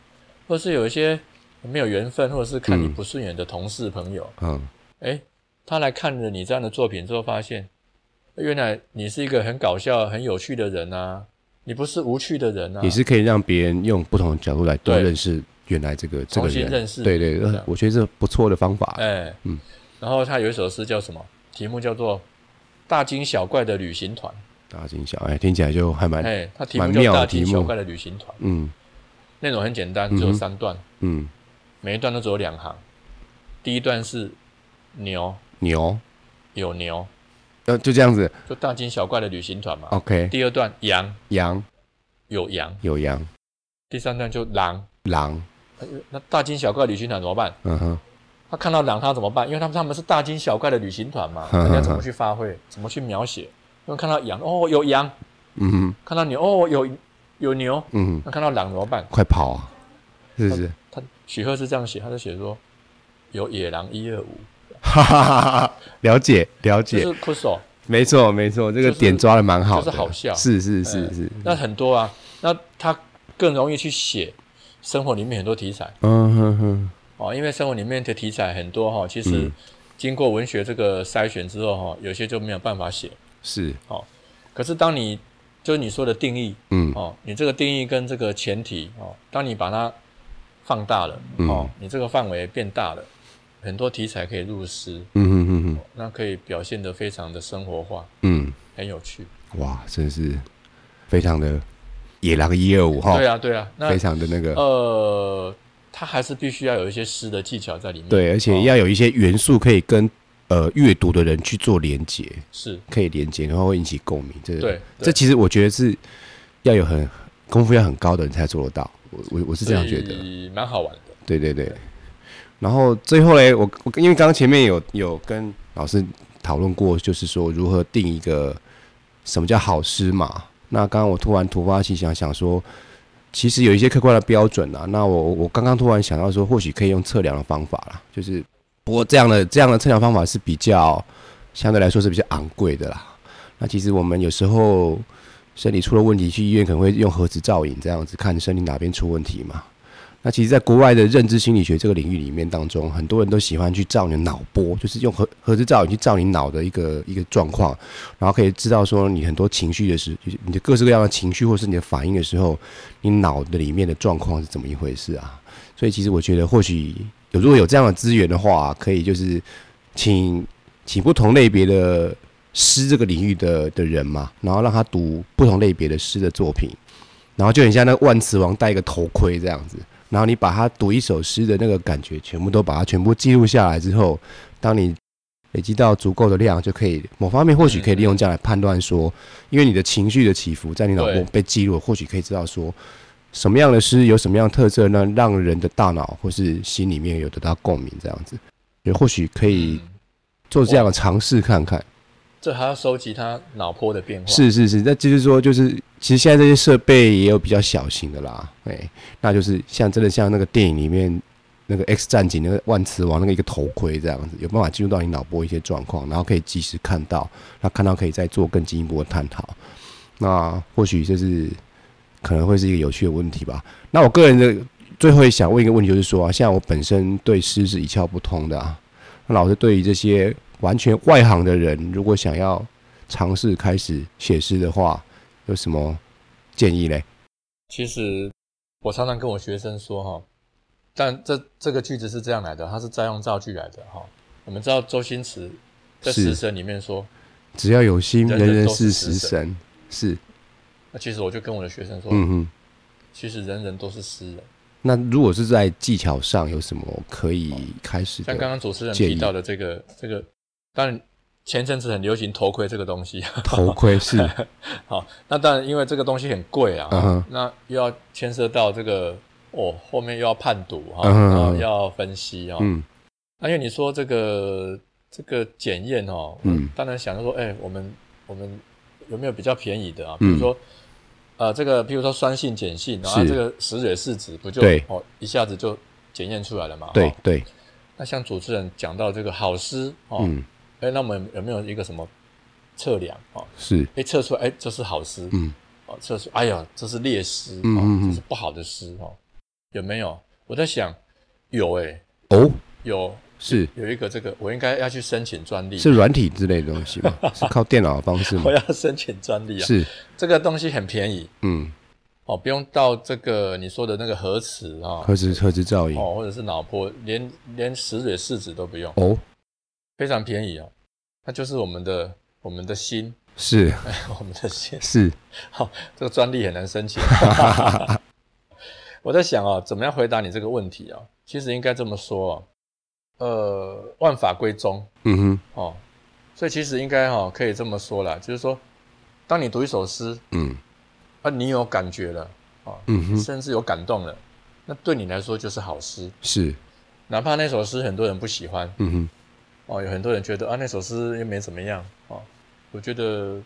S2: 或者是有一些没有缘分，或者是看你
S1: 嗯
S2: 不顺眼的同事朋友，
S1: 嗯，
S2: 哎、他来看了你这样的作品之后，发现哎原来你是一个很搞笑、很有趣的人啊，你不是无趣的人啊，
S1: 也是可以让别人用不同的角度来多
S2: 对
S1: 认识原来这个这个
S2: 重新
S1: 人，
S2: 认识
S1: 对对，
S2: 这
S1: 呃
S2: 样
S1: 我觉得这不错的方法，
S2: 哎、
S1: 嗯
S2: 然后他有一首诗叫什么？题目叫做《大惊小怪的旅行团》。
S1: 大惊小哎，听起来就还蛮
S2: 哎、，他题
S1: 蛮
S2: 目叫
S1: 妙
S2: 《
S1: 的
S2: 大惊
S1: 题
S2: 小
S1: 目
S2: 怪的旅行团》，
S1: 嗯
S2: 内容很简单，只有三段，
S1: 嗯，
S2: 每一段都只有两行。第一段是牛
S1: 牛，
S2: 有牛，
S1: 呃，就这样子
S2: 就大惊小怪的旅行团嘛。
S1: ，OK，
S2: 第二段羊
S1: 羊
S2: 有羊，
S1: 有羊，
S2: 第三段就狼。
S1: 狼，
S2: 哎那大惊小怪的旅行团怎么办？
S1: 嗯哼，
S2: 他看到狼，他怎么办？因为他们他们是大惊小怪的旅行团嘛，
S1: 嗯
S2: 人家怎么去发挥，怎么去描写？因为看到羊，哦，有羊；
S1: 嗯哼
S2: 看到牛，哦，有有牛。
S1: 嗯哼，
S2: 那看到狼怎么办？
S1: 快跑啊，是 不是？
S2: 他许鹤是这样写，他就写说有野狼一二五，
S1: 哈哈哈哈，了解了
S2: 就
S1: 解，
S2: 是 c u s o
S1: 没错没错，这个
S2: 就是
S1: 点抓的蛮好的，
S2: 就是好笑哎
S1: 是是是是，
S2: 那很多啊，那他更容易去写生活里面很多题材
S1: 嗯哼哼，
S2: 哦，因为生活里面的题材很多哈、其实
S1: 嗯
S2: 经过文学这个筛选之后哈、有些就没有办法写。
S1: 是，
S2: 可是当你就是你说的定义
S1: 嗯
S2: 哦，你这个定义跟这个前提哦，当你把它放大了
S1: 嗯
S2: 哦，你这个范围变大了，很多题材可以入诗，
S1: 嗯哼哼哼，
S2: 那可以表现得非常的生活化，
S1: 嗯，
S2: 很有趣。
S1: 哇，真是非常的野狼一二五哈
S2: 对，啊，对啊，那
S1: 哦非常的那个。
S2: 呃，他还是必须要有一些诗的技巧在里面。
S1: 对，而且
S2: 哦
S1: 要有一些元素可以跟呃阅读的人去做连接，
S2: 是，
S1: 可以连接，然后会引起共鸣。这
S2: 对，
S1: 这其实我觉得是要有很功夫要很高的人才做得到。我我我是
S2: 是
S1: 这样觉得。，
S2: 蛮好玩的。
S1: 对对对。然后最后嘞，我我因为刚刚前面有有跟老师讨论过，就是说如何定一个什么叫好诗嘛。那刚刚我突然突发奇想，想说其实有一些客观的标准啊。那我我刚刚突然想到说，或许可以用测量的方法啦，就是不过这样的这样的测量方法是比较相对来说是比较昂贵的啦。那其实我们有时候身体出了问题，去医院可能会用核磁造影这样子看身体哪边出问题嘛。那其实，在国外的认知心理学这个领域里面当中，很多人都喜欢去照你的脑波，就是用核核磁造影去照你脑的一个一个状况，然后可以知道说你很多情绪的时，就是你的各式各样的情绪或是你的反应的时候，你脑的里面的状况是怎么一回事啊？所以其实我觉得，或许有如果有这样的资源的话，可以就是请请不同类别的诗这个领域的的人嘛，然后让他读不同类别的诗的作品，然后就很像那个万磁王戴一个头盔这样子。然后你把它读一首诗的那个感觉，全部都把它全部记录下来之后，当你累积到足够的量，就可以某方面或许可以利用这样来判断说，因为你的情绪的起伏在你脑
S2: 对
S1: 波被记录，或许可以知道说什么样的诗有什么样的特色呢，让人的大脑或是心里面有得到共鸣这样子，也或许可以
S2: 嗯
S1: 做这样的尝试看看。
S2: 这还要收集他脑波的变化。，
S1: 是是是，那就是说，就是其实现在这些设备也有比较小型的啦，哎、那就是像真的像那个电影里面那个 X 战警那个万磁王那个一个头盔这样子，有办法进入到你脑波一些状况，然后可以及时看到，那看到可以再做更进一步的探讨。那或许这是可能会是一个有趣的问题吧。那我个人的最后想问一个问题，就是说啊，像我本身对诗是一窍不通的啊，那老师对于这些完全外行的人，如果想要尝试开始写诗的话，有什么建议嘞？
S2: 其实我常常跟我学生说哈，但这这个句子是这样来的，它是再用造句来的哈。我们知道周星驰在《
S1: 是
S2: 食神》里面说，
S1: 只要有心，
S2: 人
S1: 人
S2: 人
S1: 人
S2: 都
S1: 是
S2: 是食
S1: 食神。是，
S2: 那其实我就跟我的学生说，
S1: 嗯哼。
S2: 其实人人都是诗人。
S1: 那如果是在技巧上有什么可以开始
S2: 像刚
S1: 的
S2: 刚主持人
S1: 建
S2: 提
S1: 议
S2: 到的这个这个，当然前阵子很流行头盔这个东西，
S1: 头盔是？
S2: 好， 那当然因为这个东西很贵啊，
S1: 嗯哼
S2: 那又要牵涉到这个哦，后面又要判读哈、
S1: 嗯哼
S2: 然后
S1: 嗯哼
S2: 要分析哈、
S1: 嗯
S2: 那因为你说这个这个检验哦，
S1: 嗯
S2: 嗯，当然想说，哎、我们我们有没有比较便宜的啊？比如说呃，这个譬如说酸性、碱性，然
S1: 是
S2: 后这个石蕊试纸不就
S1: 对
S2: 哦一下子就检验出来了嘛？
S1: 对
S2: 哦
S1: 对，
S2: 那像主持人讲到这个好湿哦，
S1: 嗯，
S2: 哎、那我们有没有一个什么测量哦？
S1: 是，
S2: 哎，测出来哎，这是好湿，
S1: 嗯，
S2: 哦，测出哎呀，这是劣湿，
S1: 嗯
S2: 哦，
S1: 嗯嗯
S2: 这是不好的湿哦，有没有？我在想，有哎、
S1: 哦，
S2: 有
S1: 是
S2: 有一个这个，我应该要去申请专利，
S1: 是软体之类的东 西吗？是靠电脑的方式吗
S2: 我？要申请专利啊，
S1: 是，
S2: 这个东西很便宜
S1: 嗯，
S2: 哦，不用到这个你说的那个核磁啊、哦，
S1: 核磁核磁照应，
S2: 或者是脑波，连连石蕊试纸都不用，
S1: 哦，
S2: 非常便宜哦，那就是我们的我们的心，
S1: 是
S2: 我们的心，
S1: 是，
S2: 这个专利很难申请。我在想哦，怎么样回答你这个问题啊、哦？其实应该这么说哦，呃，万法归宗
S1: 嗯哼，
S2: 哦，所以其实应该哈、哦、可以这么说啦，就是说，当你读一首诗
S1: 嗯
S2: 啊，你有感觉了哦，
S1: 嗯哼，
S2: 甚至有感动了，那对你来说就是好诗。
S1: 是，
S2: 哪怕那首诗很多人不喜欢
S1: 嗯哼，
S2: 哦，有很多人觉得啊那首诗又没怎么样哦，我觉得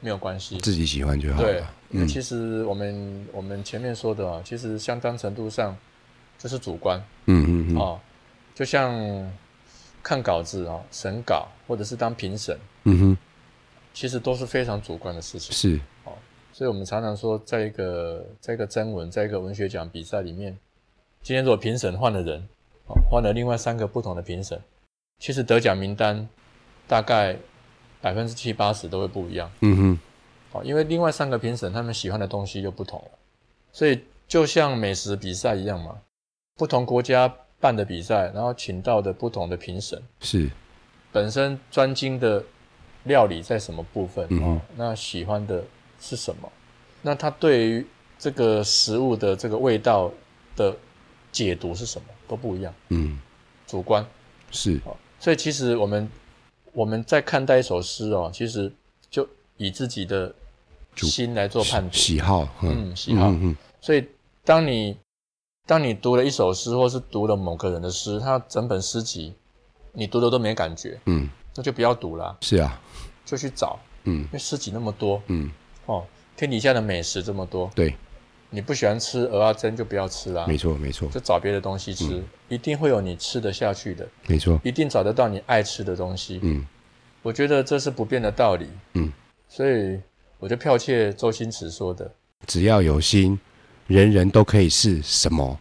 S2: 没有关系。
S1: 自己喜欢就好
S2: 对
S1: 了，，
S2: 因为
S1: 嗯，
S2: 其实我们我们前面说的啊，其实相当程度上就是主观
S1: 嗯嗯嗯，
S2: 哦，就像看稿子啊、审稿或者是当评审，
S1: 嗯哼，
S2: 其实都是非常主观的事情。
S1: 是，
S2: 所以我们常常说，在一个在一个征文，在一个文学奖比赛里面，今天如果评审换了人，哦，换了另外三个不同的评审，其实得奖名单大概百分之七八十都会不一样。
S1: 嗯哼，
S2: 哦，因为另外三个评审他们喜欢的东西又不同了，所以就像美食比赛一样嘛，不同国家办的比赛，然后请到的不同的评审，
S1: 是，
S2: 本身专精的料理在什么部分、
S1: 嗯哼
S2: 哦，那喜欢的是什么，那他对于这个食物的这个味道的解读是什么都不一样，
S1: 嗯，
S2: 主观。
S1: 是，
S2: 所以其实我们我们在看待一首诗哦，其实就以自己的
S1: 主
S2: 心来做判断。
S1: 喜好，嗯，
S2: 嗯，喜好。
S1: 嗯嗯，
S2: 所以当你当你读了一首诗，或是读了某个人的诗，他整本诗集，你读的都没感觉，
S1: 嗯，
S2: 那就不要读啦，
S1: 是啊，
S2: 就去找，
S1: 嗯
S2: 因为诗集那么多
S1: 嗯，
S2: 哦，天底下的美食这么多，
S1: 对，
S2: 你不喜欢吃鹅啊蒸就不要吃啦，
S1: 没错没错
S2: 就找别的东西吃，
S1: 嗯
S2: 一定会有你吃得下去的，
S1: 没错，
S2: 一定找得到你爱吃的东西。
S1: 嗯，
S2: 我觉得这是不变的道理。
S1: 嗯，
S2: 所以我就剽窃周星驰说的，
S1: 只要有心，人人都可以是什么？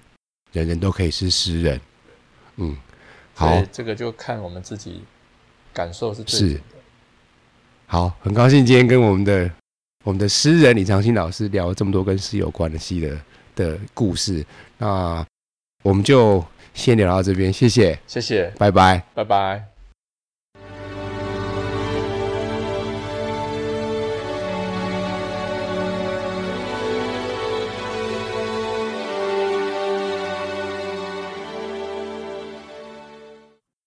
S1: 人人都可以是诗人。嗯，好
S2: 所以，这个就看我们自己感受是最
S1: 是
S2: 准的
S1: 好，很高兴今天跟我们的我们的诗人李长兴老师聊了这么多跟诗有关的戏的的故事。那我们就先聊到这边，谢谢，
S2: 谢谢，
S1: 拜拜。
S2: 拜拜。